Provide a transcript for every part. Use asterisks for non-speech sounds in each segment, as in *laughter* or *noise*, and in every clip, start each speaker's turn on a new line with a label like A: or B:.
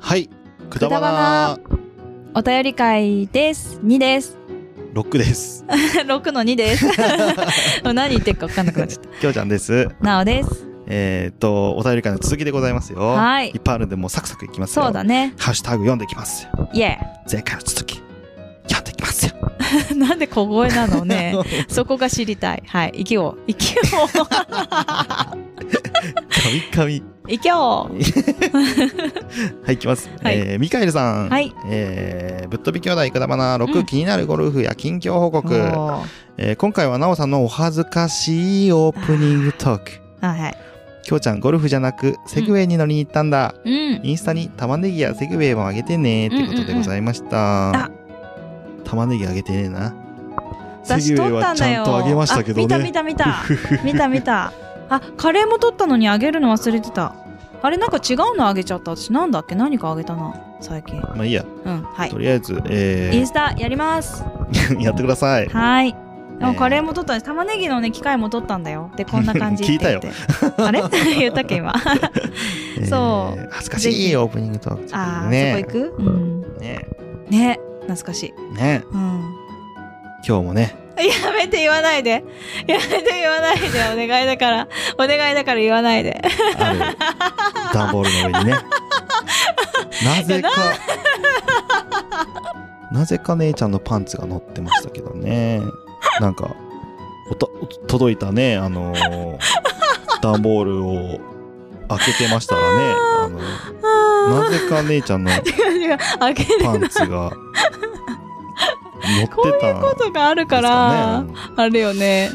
A: はい。く
B: だばなお便り会です。2です。 *laughs*
A: ロックです。
B: 6の2です。 *laughs* もう何言ってるか分かんなくなっちゃっ
A: きょうちゃんです。
B: た。なおです。
A: えーっと、お便り会の続きでございますよ。
B: はい
A: っぱいあるんで、もうサクサクいきますよ。
B: そうだね。
A: ハッシュタグ読んでいきますよ。
B: イエ
A: 前回の続き、読んでいきますよ。
B: ー。 *laughs* なんで小声な
A: *laughs*
B: のね。そこが知りたい。はい。息を。息を。 *laughs*
A: カミカミ。
B: 息を。
A: はい、いきます。
B: はい
A: えーミカエルさん。
B: はい
A: えーぶっ飛び兄弟くだばな6、
B: うん
A: 気になるゴルフや近況報告。
B: おー
A: えー今回はなおさんのお恥ずかしいオープニングトー
B: *laughs*
A: ク。
B: はいはい。
A: きょうちゃん、ゴルフじゃなく、セグウェイに乗りに行ったんだ。
B: うん。
A: インスタに玉ねぎやセグウェイもあげてねってことでございました。
B: あ
A: 玉ねぎあげてねえな。
B: 私撮ったんだよ。あ見た見た見た。 *laughs* 見た見た。あ、カレーも取ったのにあげるの忘れてた。あれなんか違うのあげちゃった。私なんだっけ何かあげたな。最近。
A: まあいいや、
B: うん。はい
A: と。りあえず、え
B: インスタやります。
A: ー、 *laughs* やってください。
B: はい。でも
A: えー
B: カレーも取ったんです。玉ねぎのね機械も取ったんだよ。でこんな感じって言っ
A: *laughs*
B: て。
A: 聞
B: あれ *laughs* 言ったっ
A: *laughs*
B: け今。あ
A: えー
B: そう
A: 恥ずか
B: ぜ
A: しい
B: ひ
A: オープニングトークと
B: あー、
A: ね
B: そ。こ行く？うん。
A: ね
B: ね。懐かしい。
A: ね
B: うん。
A: 今日もね、
B: やめて言わないで。やめて言わないで。お願いだから。お願いだから言わないで。
A: ある段ボールの上にね。
B: *laughs*
A: なぜか、 *laughs* なぜか姉ちゃんのパンツが乗ってましたけどね。なんか、おたお届いたね、あの
B: *laughs*
A: ー、段ボールを開けてましたらね、あのな
B: *laughs* あ
A: ぜか姉ちゃんの
B: ー違う違う。開ける
A: パンツが乗ってたん
B: こ
A: です
B: とがあるか、
A: からね。
B: ある
A: *laughs*
B: よね。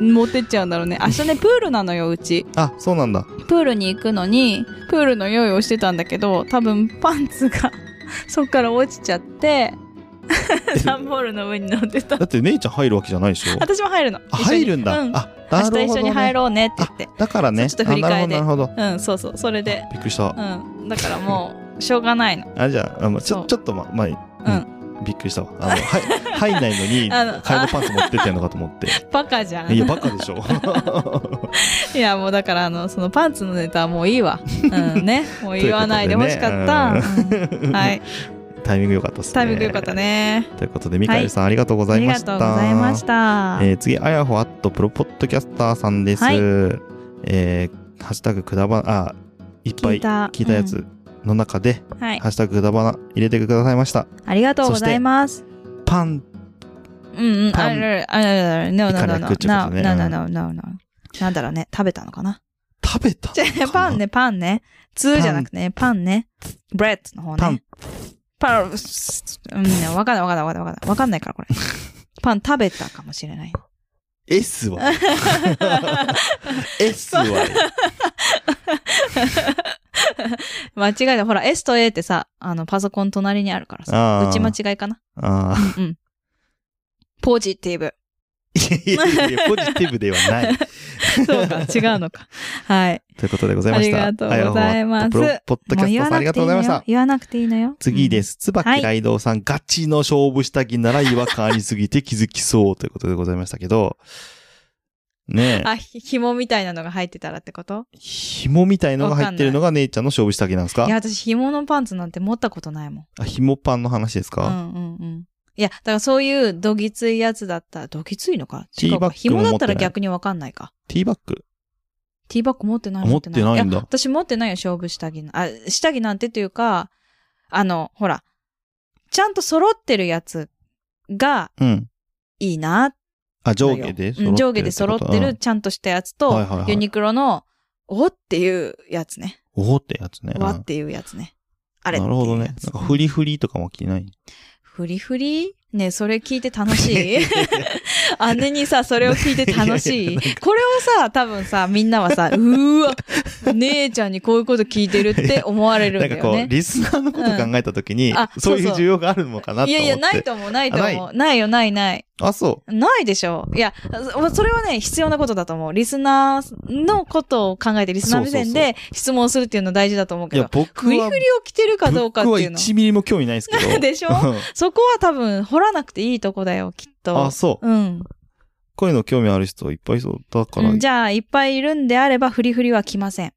B: 持ってっちゃうんだろうね。明日ね、プールなのよ、うち。
A: あ、そうなんだ。
B: プールに行くのにプールの用意をしてたんだけど多分パンツが *laughs* そっから落ちちゃって *laughs* 段ボールの上に乗ってた
A: だって姉ちゃん入るわけじゃないでしょ
B: 私も入るの
A: あ
B: 一緒に
A: 入るんだ。
B: うん、
A: あ、なる
B: 明
A: ほど、ね。
B: 日一緒に入ろうねって言って
A: だからね。
B: そうちょっと振り返り
A: あなるほど、なる
B: うんそうそうそれで
A: ほど。びっくりした
B: う。んだからもうしょうがないの
A: あ、じゃあ、あまあち
B: そ
A: ょ、
B: う
A: ちょっとま、まあ、うんびっくりしたわ。あの、はい、入んないのに、
B: *laughs* あの
A: 替えのパンツ持ってってんのかと思
B: *laughs*
A: って。
B: バカじゃん
A: い
B: い
A: や、
B: や
A: バカでし
B: *laughs*
A: ょ。
B: もうだからあのそのパンツのネタはもういいわうん
A: *laughs*
B: ねもう言わないで
A: という
B: ほ
A: こと
B: し
A: でね
B: かったうんはい
A: タイミング良かったですね。
B: タイミングよかった。ね
A: ということで、ミカエルさん、ありがとうござ
B: あ
A: い
B: り
A: ま
B: が
A: した。
B: とうございました、
A: えー次、あやほあっとプロポッドキャスターさんです。
B: はい
A: えーハッシュタグくだばな、あ、いっぱ
B: 聞
A: い
B: いた
A: 聞いたやつの中で、
B: うんはい
A: ハッシュタグくだばな入れてくださいました。
B: ありがとうございます
A: パン、
B: うんうん。
A: パン
B: あるあるあるある。No,
A: い
B: no,
A: か
B: no,
A: な
B: no.
A: くってことね
B: No, no, no, no, no. なんだろうね。食べたのかな
A: 食べたの
B: じゃ
A: かな
B: *laughs* パン。ね、パンね。通じゃなくてね、パンね。ブレッドの方ね。
A: パン。
B: パン、うんね、わかんないわかんないわかんないわかんない。わかんない
A: *laughs*
B: からこれ。パン食べたかもしれない。
A: S は *laughs* S は
B: 間違いだ。ほら、S と A ってさ、あの、パソコン隣にあるから
A: あ
B: さ。
A: ー
B: 打ち間違いかな。
A: ああ
B: うんうん。ポジテ
A: *laughs*
B: ィブ。
A: いやいやいやポジティブではない
B: そうか、違うのか。はい。
A: ということでございました
B: ありがとうございま
A: あ
B: す
A: やほはポッドキ
B: も
A: ャ
B: う
A: ス
B: 言
A: トさ
B: わ
A: んあ
B: な
A: り
B: く
A: が
B: て
A: とう
B: い
A: ござい
B: いの
A: まし
B: よ
A: た。
B: 言わなくていいのよ。
A: 次です。椿
B: はい
A: 雷道さん、ガチの勝負下着なら違和感ありすぎて気づきそうということでございましたけど、ね
B: うん。
A: え、
B: あ、ひ紐みたいなのが入ってたらってこと
A: 紐みたいのが入ってるのが姉ちゃんの勝負下着なんです
B: いや、
A: か
B: 私、紐のパンツなんて持ったことないもん。
A: あ紐パンの話です
B: う
A: か
B: んうんうん。いや、だからそういうどぎついやつだったら、どぎついのか
A: ティーバッグも
B: 違うか紐だった
A: 持ってな
B: ら
A: い
B: 逆にわかんないか。
A: ティーバッグ
B: ティーバッグ持ってない
A: 持ってないんだ
B: や私持ってないよ、勝負下着な。あ、下着なんてというか、あの、ほら、ちゃんと揃ってるやつが
A: うん。
B: いいな。
A: あ、上下で
B: うん上下で揃ってる、。ちゃんとしたやつと、
A: はいはいはい
B: ユニクロの、おっていうやつね。
A: うんおおってやつね。うん
B: わっていうやつね。あれって
A: な
B: いう
A: るほどね。な
B: や
A: ん
B: つ
A: かフリフリとかも着ない。
B: フリフリねえそれ聞いて楽しい姉にさ、それを聞いて楽しい
A: いやいや *laughs* なんか
B: これをさ、多分さ、みんなは
A: *laughs*
B: さ、うーわ、姉ちゃんにこういうこと聞いてるって思われる
A: *laughs*
B: ん
A: なん
B: だ
A: か
B: よ
A: こう、
B: ね。
A: リスナーのこと考えたときに
B: うんあ、
A: そういう
B: そうそう
A: 需要があるのかなと思って。
B: いやいや、ないと思う、ないと思う。ないよ、ない、ない。
A: あ、そ
B: ないでしょ。いや、そそれはね、必要なことだと思う。リスナーのことを考えて、リスナー目線で質問するっていうの大事だと思う
A: う。
B: け
A: い
B: ど、
A: や、僕
B: フリ
A: は
B: フリ、を着てるかどうかって
A: 僕は
B: いうの。
A: 1ミリも興味ないですけど。 *laughs*
B: でしょそこは多分、掘らなくていいとこだよ、きっ
A: あ、
B: と。
A: そう。
B: うん。
A: こういうの興味ある人いっぱいいそう。だから
B: うん、じゃあ、いっぱい
A: *laughs*
B: いるんであれば、フリフリは来ません。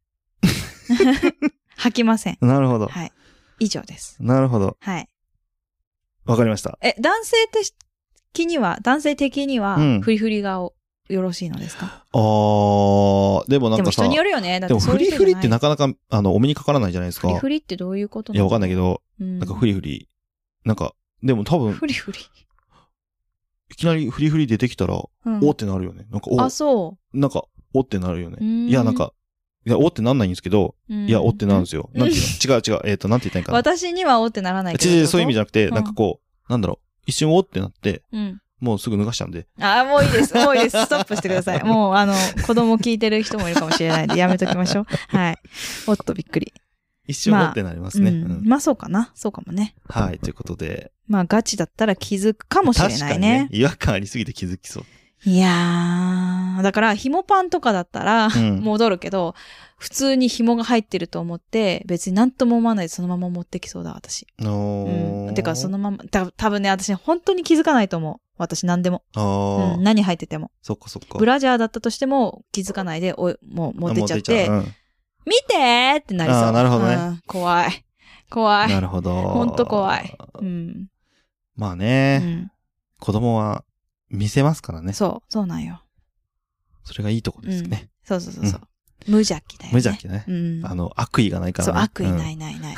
B: 吐きません。
A: なるほど。
B: はい。以上です。
A: なるほど。
B: はい。
A: わかりました。
B: え、男性的には、男性的には
A: うん、
B: フリフリがおよろしいのですか、
A: あー、でもなん
B: でも
A: かさ、
B: 人によ
A: で
B: るよね。だっ
A: も
B: てそう
A: フ
B: いう
A: リ
B: 人じ
A: フ
B: ゃ
A: リ
B: な
A: っ
B: い
A: てなかなか、あの、お目にかからないじゃないです
B: フ
A: か。
B: リフリってどういうこと
A: いや、わかんないけ
B: ど。
A: ど、
B: うん、
A: なんかフリフリ、なんか、でも多分、
B: フリフリ。
A: いきなりフリフリ出てきたら、お
B: うん
A: ーってなるよね。なんか、お
B: あ、そ
A: なんか、おってなるよ
B: う
A: ね。
B: ん。
A: いや、なんか、いや、おってなんないんですけど、
B: うん、
A: いや、おってなるん
B: うん
A: ですよ。なんていうの違う違う。えっと、なんて言ったらいいかな。
B: 私にはおってならないけど。
A: 違う違う、そういう意味じ
B: じ
A: ゃなくて、
B: うん
A: なんかこう、なんだろう、一瞬おってなって、
B: ゃ。うん。
A: もうすぐ脱がしちゃうんで。
B: あ、もういいです。もういいです。ストップしてく
A: *laughs*
B: ださい。もう、あの、子供聞いてる人もいるかもしれないんで、やめときましょう。はい。おっと、びっくり。
A: 一瞬お
B: まあ
A: ってなりますね。
B: うん
A: うん
B: まあ、そうかな。そうかもね。
A: はい、ということで。
B: まあ、ガチだったら気づくかもしれ
A: 確
B: な
A: か
B: い
A: にね
B: ね。。
A: 違和感ありすぎて気づきそう。
B: いやー。だから、紐パンとかだったら、
A: ん
B: 戻るけど、普通に紐が入ってると思って、別になんとも思わないでそのまま持ってきそうだ、私。
A: の
B: うん。てか、そ、のまま、た多分ね、私本当に気づかないと思う。私何でも。
A: あ
B: う
A: ー
B: ん、何入ってても。
A: そっかそっか。
B: ブラジャーだったとしても気づかないで、おいもう持ってっちゃって、
A: あ持っちゃう
B: 見てーってなりそう。
A: あーなるほどね
B: うん怖い。怖
A: うん
B: い。
A: なるほど。
B: ほんと怖い。うん。
A: まあ
B: う
A: ね、
B: ん。
A: 子供は見せますからね。
B: そう、そうなんよ。
A: それがいいとこですね。
B: そうそうそうそう。無邪気だよね。
A: 無邪気ね。
B: うん。
A: あの、悪意がないから
B: そう、
A: ね。
B: 悪意
A: うん
B: ないないない。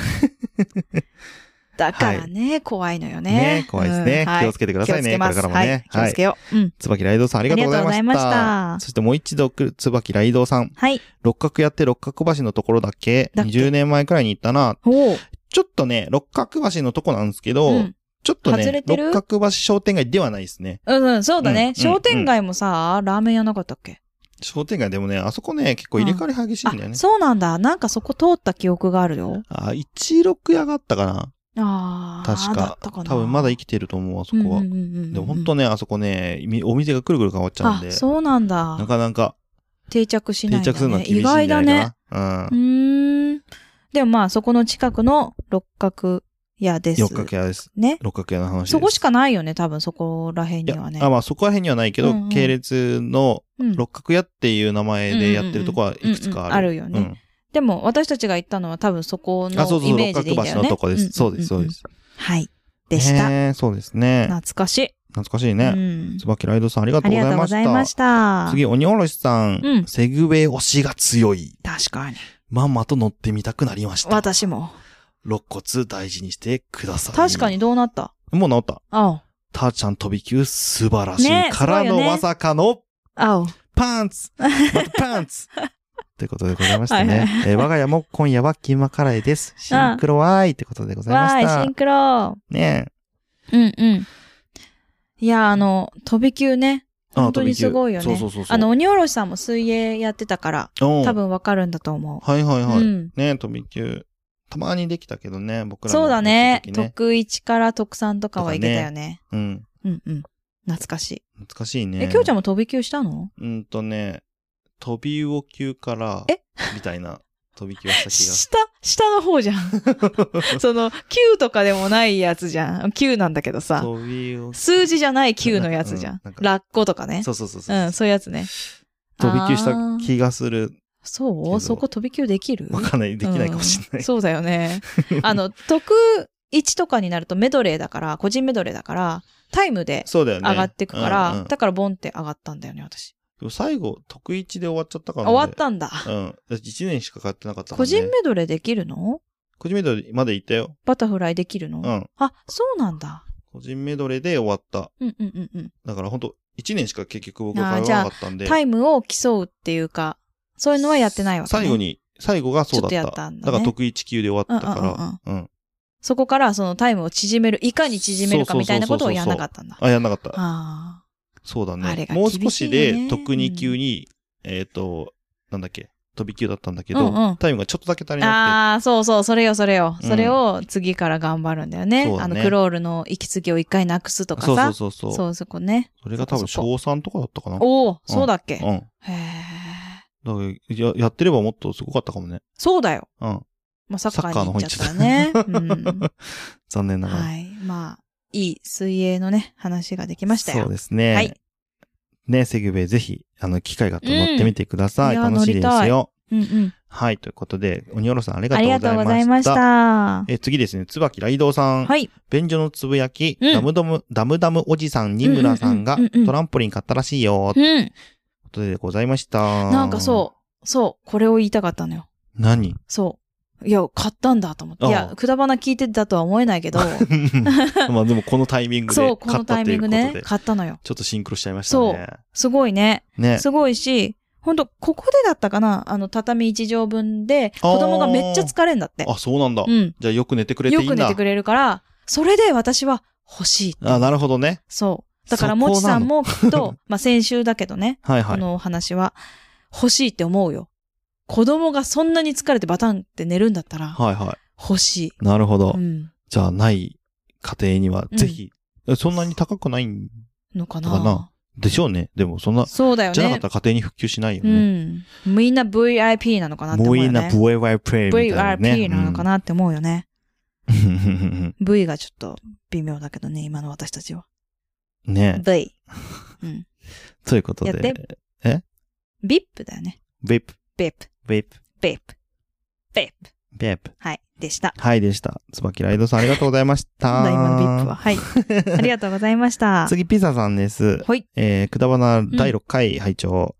B: だからね、怖いのよね。
A: ね怖いですね。
B: うんはい
A: 気をつけてくださいね。これからもね。
B: 気をつけよう。うん。
A: 椿ライドさんありがとうございました。
B: ありがとうございました
A: そしてもう一度来る椿ライドさん。
B: はい。
A: 六角やって六角橋のところだっけ
B: だっけ
A: ?20 年前くらいに行ったな。
B: おう。
A: ちょっとね、六角橋のとこなんですけど、
B: うん。
A: ちょっと
B: 外
A: ね
B: れ、てる
A: 六角橋商店街ではないですね。
B: うんうん、そうだ
A: うんう
B: ね
A: ん。
B: 商店街もさ、ラーメン屋なかったっけ
A: 商店街でもね、あそこね、結構入れ替わり激しいんだよ
B: あ
A: ね。
B: そうなんだ。なんかそこ通った記憶があるよ。
A: あ、一六屋があったかな
B: ああ。
A: 確
B: だ
A: か
B: ったかな
A: 多分まだ生
B: き
A: きてると思う、あそこは。
B: うんうんうんうん、
A: で、ほんとね、あそこね、みお店がくるくる変わっちゃうんで
B: あ、、そうなんだ
A: な。かなか
B: 定着し
A: 定
B: ないんだ、ね。
A: 着するのは厳しいん
B: 意
A: じゃな
B: 外
A: い
B: だ
A: か
B: ね。
A: な。うん
B: う。ーん。でもまあ、そこの近くの六角屋です。
A: 六角屋です。
B: ね。
A: 六角屋の話です。
B: そこしかないよね、多分そこら辺
A: い
B: に
A: や
B: はね。
A: あ、まあそこら辺にはないけど、
B: うんうん
A: 系列の
B: うん
A: 六角屋っていう名前でやってるとこはいくつかある。
B: うんうんうんうんあるよでも、私たちが行ったのは多分そこ
A: う
B: の
A: んあ、そうそう
B: イメー
A: そ
B: ジ
A: う、
B: でい
A: 六
B: いん
A: 角橋の
B: だよね。
A: とこです。そ
B: ん
A: うです、そうで。す。
B: はい。でした。
A: ねえそうですね。
B: 懐かしい。
A: 懐かしいうね。
B: ん。
A: 椿ライドさんありがと
B: あ
A: う
B: り
A: ご
B: が
A: ざ
B: と
A: いうま
B: ございまし
A: した。
B: た。
A: 次、鬼おろしさん。
B: うん
A: セグウェイ推しが強い。
B: 確かに。
A: まんまと乗ってみたくなりました。
B: 私も。
A: 肋骨大事にしてください。
B: 確かに。どうなった
A: もう治った。
B: 青。
A: たーちゃん飛び級素晴らしい。
B: ねえ
A: から
B: す
A: の
B: ごいよね
A: まさかの
B: 青。
A: パンツまたパン
B: *laughs*
A: ツということでございました
B: はい
A: ね
B: は。
A: えー我が家も今夜はキーマカラーです。シンクロワイということでございま
B: わ
A: し
B: ーい、
A: た
B: シン。クロ。
A: ねえ。
B: うんうん。いや、あの、飛び級ね。
A: あ
B: 本当にすごいよね
A: 飛び級そうそうそうそう。
B: あの、鬼おろしさんも水泳やってたから、
A: うん、
B: 多分わかるんだと思。
A: はいはいうはい。
B: うん。
A: ねえ、飛び級。たまにできたけどね、僕らも
B: そうだね
A: 時。々
B: 特1から特3とかはいけたよね。
A: うん。
B: うんうん。懐かしい。
A: 難しいね。
B: え、きょうちゃん
A: も
B: も飛び級したの
A: うんとね、飛び魚級から、
B: え
A: みたいな飛び級をした気が
B: *laughs*
A: す
B: 下、下の方じ
A: *laughs*
B: ゃん。その、9とかでもないやつじゃん。9なんだけど
A: る。
B: さ。
A: 飛び魚
B: 数字じゃない9のやつじゃ
A: うん
B: ん
A: なん。か
B: ラッコとかね。
A: そうそうそうそうう。
B: ん、そういうやつね。
A: 飛び級した
B: あー
A: 気がする。
B: そ
A: ど
B: うそこ飛び級できる
A: わかんない。できないかもしれ
B: う
A: なんい。
B: そうだよね。
A: *laughs*
B: あの、特1とかになるとメドレーだから、個人メドレーだから、タイムで
A: そうだよね。
B: 上がってくから、
A: うんうん
B: だからボンって上がったんだよね、私。
A: でも最後、特一で終わっちゃったからね。
B: 終わったんだ。
A: うん。だって1年しか買ってなかったから、
B: 個
A: ね。
B: 人メドレーできるの
A: 個人メドレーまで行ったよ。
B: バタフライできるの、
A: うん。
B: あ、そうなんだ。
A: 個人メドレーで終わった。
B: うんうんうんうん。
A: だから本当1年しか結局僕は
B: あ
A: 買
B: ー
A: わ
B: じゃあ
A: なかったんで。
B: タイムを競うっていうか、そういうのはやってないわけ、ね。
A: 最後。に、最後がそうだった。
B: ちょっとやったんだね
A: から特一級で終わったから。うん
B: そこからそのタイムを縮める、いかに縮めるかみたいなことをやんなかったんだ。
A: あ、やんなかった。
B: あ
A: そうだ
B: あ
A: ね
B: れ。が
A: もう
B: 厳しいよね
A: 少しで特二級に、えっ、と、なんだっけ、飛び級だったんだけど、
B: うんうん
A: タイムがちょっとだけ足り
B: あ。
A: な
B: ああ、そうそう、それよ、それよ。
A: うん
B: それを次から頑張るんだよね。
A: そうだ
B: あ
A: ね
B: の、クロールの息継ぎを一回なくすと
A: くて。
B: かさ。
A: そうそうそうそう。
B: そ
A: そう
B: そこね。
A: れが多分
B: そ
A: 小
B: こ
A: 3とかだったかな。
B: おお、そうだっけ、
A: うん。
B: へえ。
A: だからや、やってればもっとすごかったかもね。
B: そうだよ。
A: うん。
B: まあ、サッカ
A: サッカ
B: ー
A: ーの
B: に行
A: 方
B: っちゃったね。
A: *laughs* 残念
B: うん。
A: ながら。
B: はい。まあ、いい水泳のね、話ができましたよ。
A: そうですね。
B: はい
A: ね、セグウェイぜひ、あの、機会があったら乗ってみてください。
B: うんいや
A: 楽しいです
B: 乗り
A: よ。
B: うんうん。
A: はい、ということで、鬼おろさんありが
B: あ
A: とう
B: り
A: ご
B: がと
A: ざ
B: う
A: い
B: ご
A: ました。
B: ざいました。は
A: え次ですね、椿雷道さん。
B: い。
A: 便所のつぶやき、
B: うん
A: ダムダム、ダムダムおじさん、にむらさんが
B: うんうんうんうん
A: トランポリン買ったらしいよ、という
B: うん。
A: ことでございました。
B: なんかそう、そう、これを言いたかったのよ。
A: う。 *laughs* 何
B: そう。いや、買ったんだと思って。い
A: あ
B: や
A: あ、
B: くだばな聞いてたとは思えない
A: *laughs*
B: けど、
A: まあでもこのタイミングで
B: そう、こ
A: 買
B: の
A: った
B: タイ
A: とい
B: ミ
A: うこ
B: ング
A: と
B: ね
A: で、、
B: 買ったのよ。
A: ちょっとシンクロしちゃいましたね。
B: すごいね。
A: ね。
B: すごいし、ほんと、ここでだったかなあの、畳一畳分で、子供がめっちゃ疲れんだって。
A: あ、そうなんだ。
B: うん。
A: じゃあよく寝てくれてい
B: よ
A: いんだ。
B: く寝てくれるから、それで私は欲しいって。
A: あ、なるほどね。
B: そう。だから、
A: そこな
B: も
A: の
B: ちさ
A: *laughs*
B: んもきっと、まあ、先週だけどね、
A: はいは
B: こ
A: い。
B: のお話は、欲しいって思うよ。子供がそんなに疲れてバタンって寝るんだったら、
A: はいは
B: 欲しい。
A: い。なるほど。
B: うん。
A: じゃあない家庭には、ぜひ、えそんなに高くないん
B: のか
A: だ
B: な
A: な。でしょうね。でもそんな、
B: そうだよね。
A: じゃなかったら家庭に復旧しないよ
B: う
A: ね。
B: ん。みんな VIP なのかなって思
A: も
B: う
A: う
B: よ
A: い
B: ね。
A: いな、ブエワイプレイみたいなね。
B: VRP なのかなって思うよね。
A: うん。 *laughs*
B: V がちょっと微妙だけどね、今の私たちは。
A: ね
B: V。
A: ということ
B: やっ
A: で、
B: VIP だよね。
A: ベイプ、
B: VIP。
A: ベイプ、
B: VIP。VIP。
A: ベイプ。
B: はい。でした。
A: はい、でした。椿ライドさんありがとうございました。
B: *laughs* なんだ今の VIP
A: *laughs*
B: は。はい。ありがとうございました。
A: 次、ピザさんです。
B: ほい。
A: えー、くだばな第6回拝聴、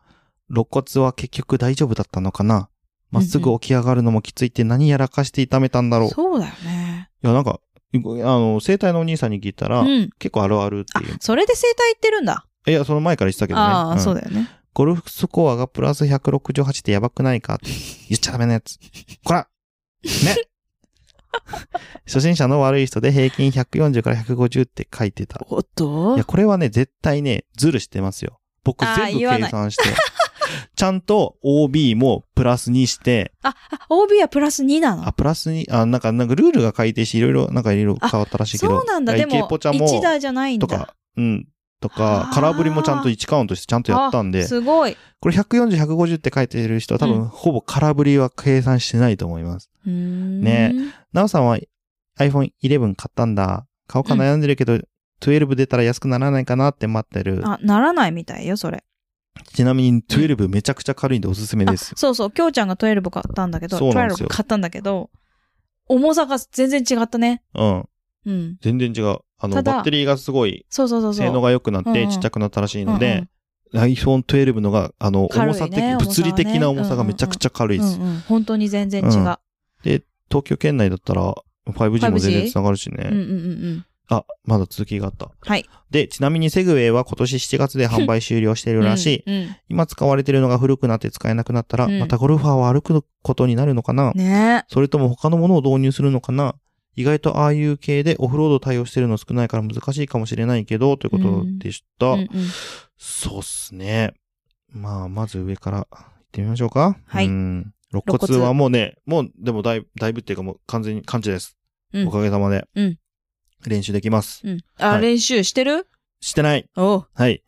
A: 肋骨は結局大丈夫だったのかなまっすぐ起き上がるのもきついって何やらかして痛めたんだろう。
B: そうだよね。
A: いや、なんか、ごあの、生体のお兄さんに聞いたら、
B: うん。
A: 結構あるあるっていう。
B: それで生体行ってるんだ。
A: いや、その前から言ってたけどね。
B: ああ、
A: うん
B: そうだよね。
A: ゴルフスコアがプラス168ってやばくないかって言っちゃダメなやつ。こら
B: *laughs*
A: ね初心者の悪い人で平均140から150って書いてた。
B: おっと
A: いや、これはね、絶対ね、ズルしてますよ。僕
B: あー
A: 全部
B: 言わ
A: 計
B: ない
A: 算して。 *laughs* ちゃんと OB もプラスにして、
B: あ、あ、OB はプラス2な
A: あ、
B: の
A: プラスに、あ、なんか、なんかルールが改定していろいろ、なんかいろいろ変わったらしいけど。
B: そうなんだ。
A: いや
B: でも、
A: イケポちゃんも、
B: 1台じゃないん
A: と
B: だ。
A: か、うん。とか
B: あ、ー
A: 空振りもちゃんと1カウントしてちゃんとやったんで
B: あ、すごい。
A: これ140、150って書いてる人は多
B: う
A: 分、ほぼ空振りは計算してないと思います。
B: うーん
A: ねなおさんは iPhone 11買ったんだ。買おうか悩んでるけど、12出たら安くならないかなって待ってる。
B: あ、ならないみたいよ、それ。
A: ちなみに12めちゃくちゃ軽いんでおすすめ
B: あ
A: です。
B: そうそう、きょうちゃんが12買ったんだけど、
A: そうなんです
B: 12
A: よ
B: 買ったんだけど、重さが全然違ったね。
A: うん。
B: うん。
A: 全然違う。あの、
B: ただ
A: バッテリーがすごい
B: そうそうそうそう。
A: 性能が良くなっ
B: うんう
A: て
B: ん
A: ちっちゃくなったらしい
B: うんう
A: の
B: ん
A: で、iPhone 12のが、あの、
B: 軽い
A: 重さ
B: ね
A: 的、
B: 重さがね
A: 物理的な重さがめちゃくちゃ軽いです。
B: うんうん、本当に全然違う。
A: 東京圏内だったら 5G も全然
B: 5G
A: 繋がるし
B: うん、うん、
A: ね。
B: うんうん。
A: あ、まだ続きがあった。
B: はい。
A: で、ちなみにセグウェイは今年7月で販売終了しているらしい。
B: うんうん
A: 今使われているのが古くなって使えなくなったら、
B: うん
A: またゴルファーは歩くことになるのかな、
B: ね
A: それとも他のものを導入するのかな意外とああいう系でオフロード対応してるの少ないから難しいかもしれないけど、ということでした。
B: え。うんうん
A: そうっすね。まあ、まず上から行ってみましょうか。
B: はい
A: うん肋
B: 肋
A: 骨
B: 骨
A: はもうね、もう、でもだいぶ、だいぶっていうかもう完全に完治です。
B: うん
A: おかげさまで。
B: うん
A: 練習できます。
B: うん。あ、
A: はい
B: 練習してる
A: してない。
B: おう
A: はい。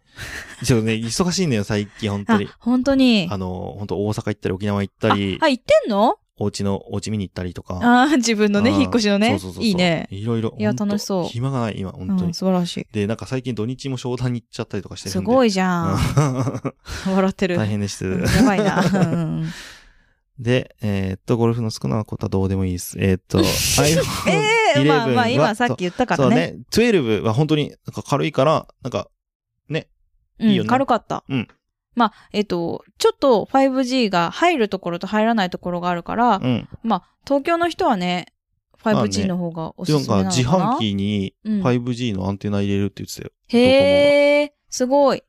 A: ちょっとね、忙しいんだよ、最近、本当
B: あ
A: に。、
B: 本当に。
A: あの、本当大阪行ったり、沖縄行っ
B: あ、
A: た
B: あ
A: り、
B: 行ってんの
A: お家の、お家見に行ったりとか。
B: あー自分のね、
A: うん
B: 引っ越しの
A: そ
B: ね
A: うそうそう。そう
B: いいね。
A: いろいろ。
B: いや
A: 本当
B: 楽しそう
A: 暇がない、今、本
B: う
A: 当に
B: ん、。素晴らし
A: で、なんか最近土日も商談に行っちゃったりとかし
B: い。
A: て
B: す
A: るんで。
B: ごいじゃん。
A: *laughs* 大
B: 笑ってる。
A: 変でした。
B: うんやばいな。うんうん
A: *laughs* で、えーっと、ゴルフの少ないことはどうでもいいです。えーっと、iPhone
B: *laughs* ええ
A: 11
B: まあまあ、今
A: は
B: さっき言ったか
A: そ
B: ら
A: う
B: ね。
A: ね、12は本当になんか軽いから、なんか、
B: うん
A: いいよね
B: 軽かった。
A: うん
B: まあ、えっと、ちょっと 5G が入るところと入らないところがあるから、
A: うん。
B: まあ、東京の人はね、
A: まあね
B: 5G の方がおす
A: な
B: す
A: んか
B: めなのかな。
A: 自販機に
B: うん
A: 5G のアンテナ入れるって言ってたよ。
B: へえ、すごい。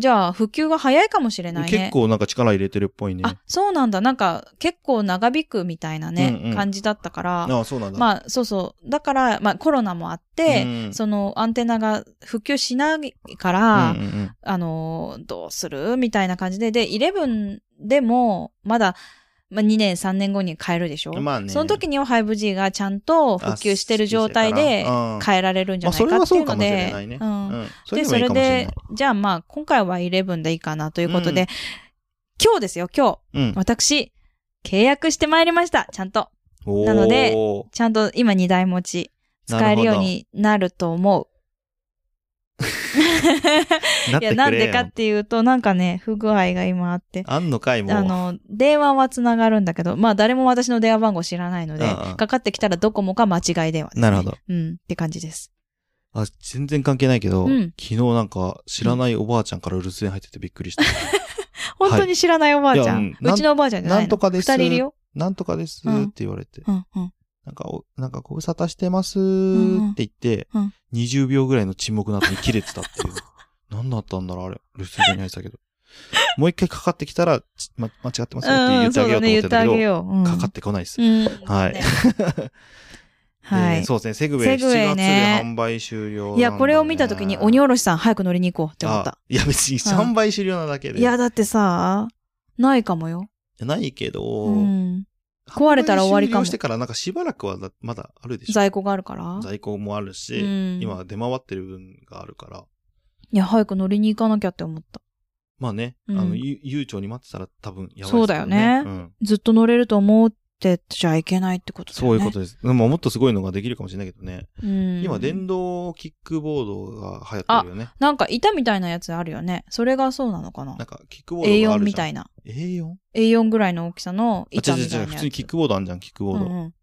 B: じゃあ、普及が早いかもしれないね。
A: 結構なんか力入れてるっぽいね。
B: あ、そうなんだ。なんか、結構長引くみたいなね、
A: うんうん
B: 感じだったから。
A: ああ、そうなんだ。
B: まあ、そうそう。だから、まあ、コロナもあって、
A: うん
B: そのアンテナが普及しないから、
A: うんうんうん
B: あのーどうするみたいな感じで。で、11でも、まだ、まあ、2年、3年後に変えるでしょ
A: まあね
B: その時には 5G がちゃんと普及してる状態で
A: あ
B: 変えられるんじゃ
A: まあ、そ
B: ない
A: れ
B: か
A: は
B: って
A: そ
B: いうう
A: か
B: の
A: もしれ
B: で
A: ないね。。
B: う
A: うんん。それ
B: で、
A: でも
B: そ
A: いい
B: れ
A: かもしれ
B: で
A: ない。、
B: じゃあまあ、今回は11でいいかなということで、今日ですよ、今日。
A: うん。
B: 私、契約してまいりました。ちゃんと。
A: おー
B: なので、ちゃんと今2台持ち、使えるようになると思う。
A: なっ
B: い
A: て
B: や、な
A: く
B: ん
A: れ
B: でか
A: よ
B: っていうと、なんかね、不具合が今あって。
A: あんのかいもう
B: あの、電話はつながるんだけど、まあ誰も私の電話番号知らないので
A: ああ、
B: かかってきたらドコモか間違い電話です、ね。
A: なるほど。
B: うん、って感じです。
A: あ全然関係ないけど、
B: うん
A: 昨日なんか知らないおばあちゃんから留守電入っててびっく
B: *laughs*
A: りした
B: 本当に知らないおばあちゃ
A: はい
B: ん。
A: いやうん
B: うちのおばあちゃんじゃないの。
A: なんとかです
B: 二人いるよ。
A: 「なんとかです」
B: うん
A: って言われて、
B: うん、うん。
A: なんかおなんかご無沙汰してます」
B: ん
A: って言って、
B: うん
A: 20秒ぐらいの沈黙の後に切れてたって
B: *laughs*
A: いう何だったんだろうあれ留守電に入ってたけどもう一回かかってきたら、ちま、間違ってますよって言
B: う
A: っ
B: ん、
A: てあ
B: そう
A: げよう
B: だ
A: と思っ
B: ね、言
A: て
B: って
A: た
B: あ
A: けど、
B: げよう。うん
A: かかってこないです。
B: うん。
A: はい。
B: は
A: *laughs* で
B: い。
A: そうですね、セグウェイ
B: セグウェ
A: 7
B: イ
A: 月で
B: ね
A: 販売終了なんだね、
B: いや、これを見たときに、鬼おろしさん早く乗りに行こうって思った
A: あ。いや、別に3倍終了なだけで。
B: いや、だってさ、ないかもよ。
A: ないけど、
B: うん。壊れたら終わりか
A: 販売
B: も
A: 終了してからなんかしばらくはだまだあるでしょ。在
B: 在庫があるから。
A: 庫もあるし、
B: うん
A: 今出回ってる分があるから。
B: いや、早く乗りに行かなきゃって思った。
A: まあね、
B: うん
A: あの、ゆ悠長に待ってたら多分やばいですけど、
B: そうだよね
A: うん。
B: ずっと乗れると思ってちゃいけないってことだ
A: そ
B: よね。
A: ういうことです。でももっとすごいのができるかもしれないけどね。
B: と。うん。
A: 今、電動キックボードが流行ってるよね。
B: なんか板みたいなやつあるよね。それがそうなのかな
A: なんか、キックボードがあるじゃん。
B: ?A4 みたいな。
A: A4?
B: A4 ぐらいの大きさの
A: あ、違
B: 板
A: う
B: み
A: 違
B: た
A: う違う。
B: いなやつ。
A: 普通にキックボードあんじゃん、キックボード。
B: うんうん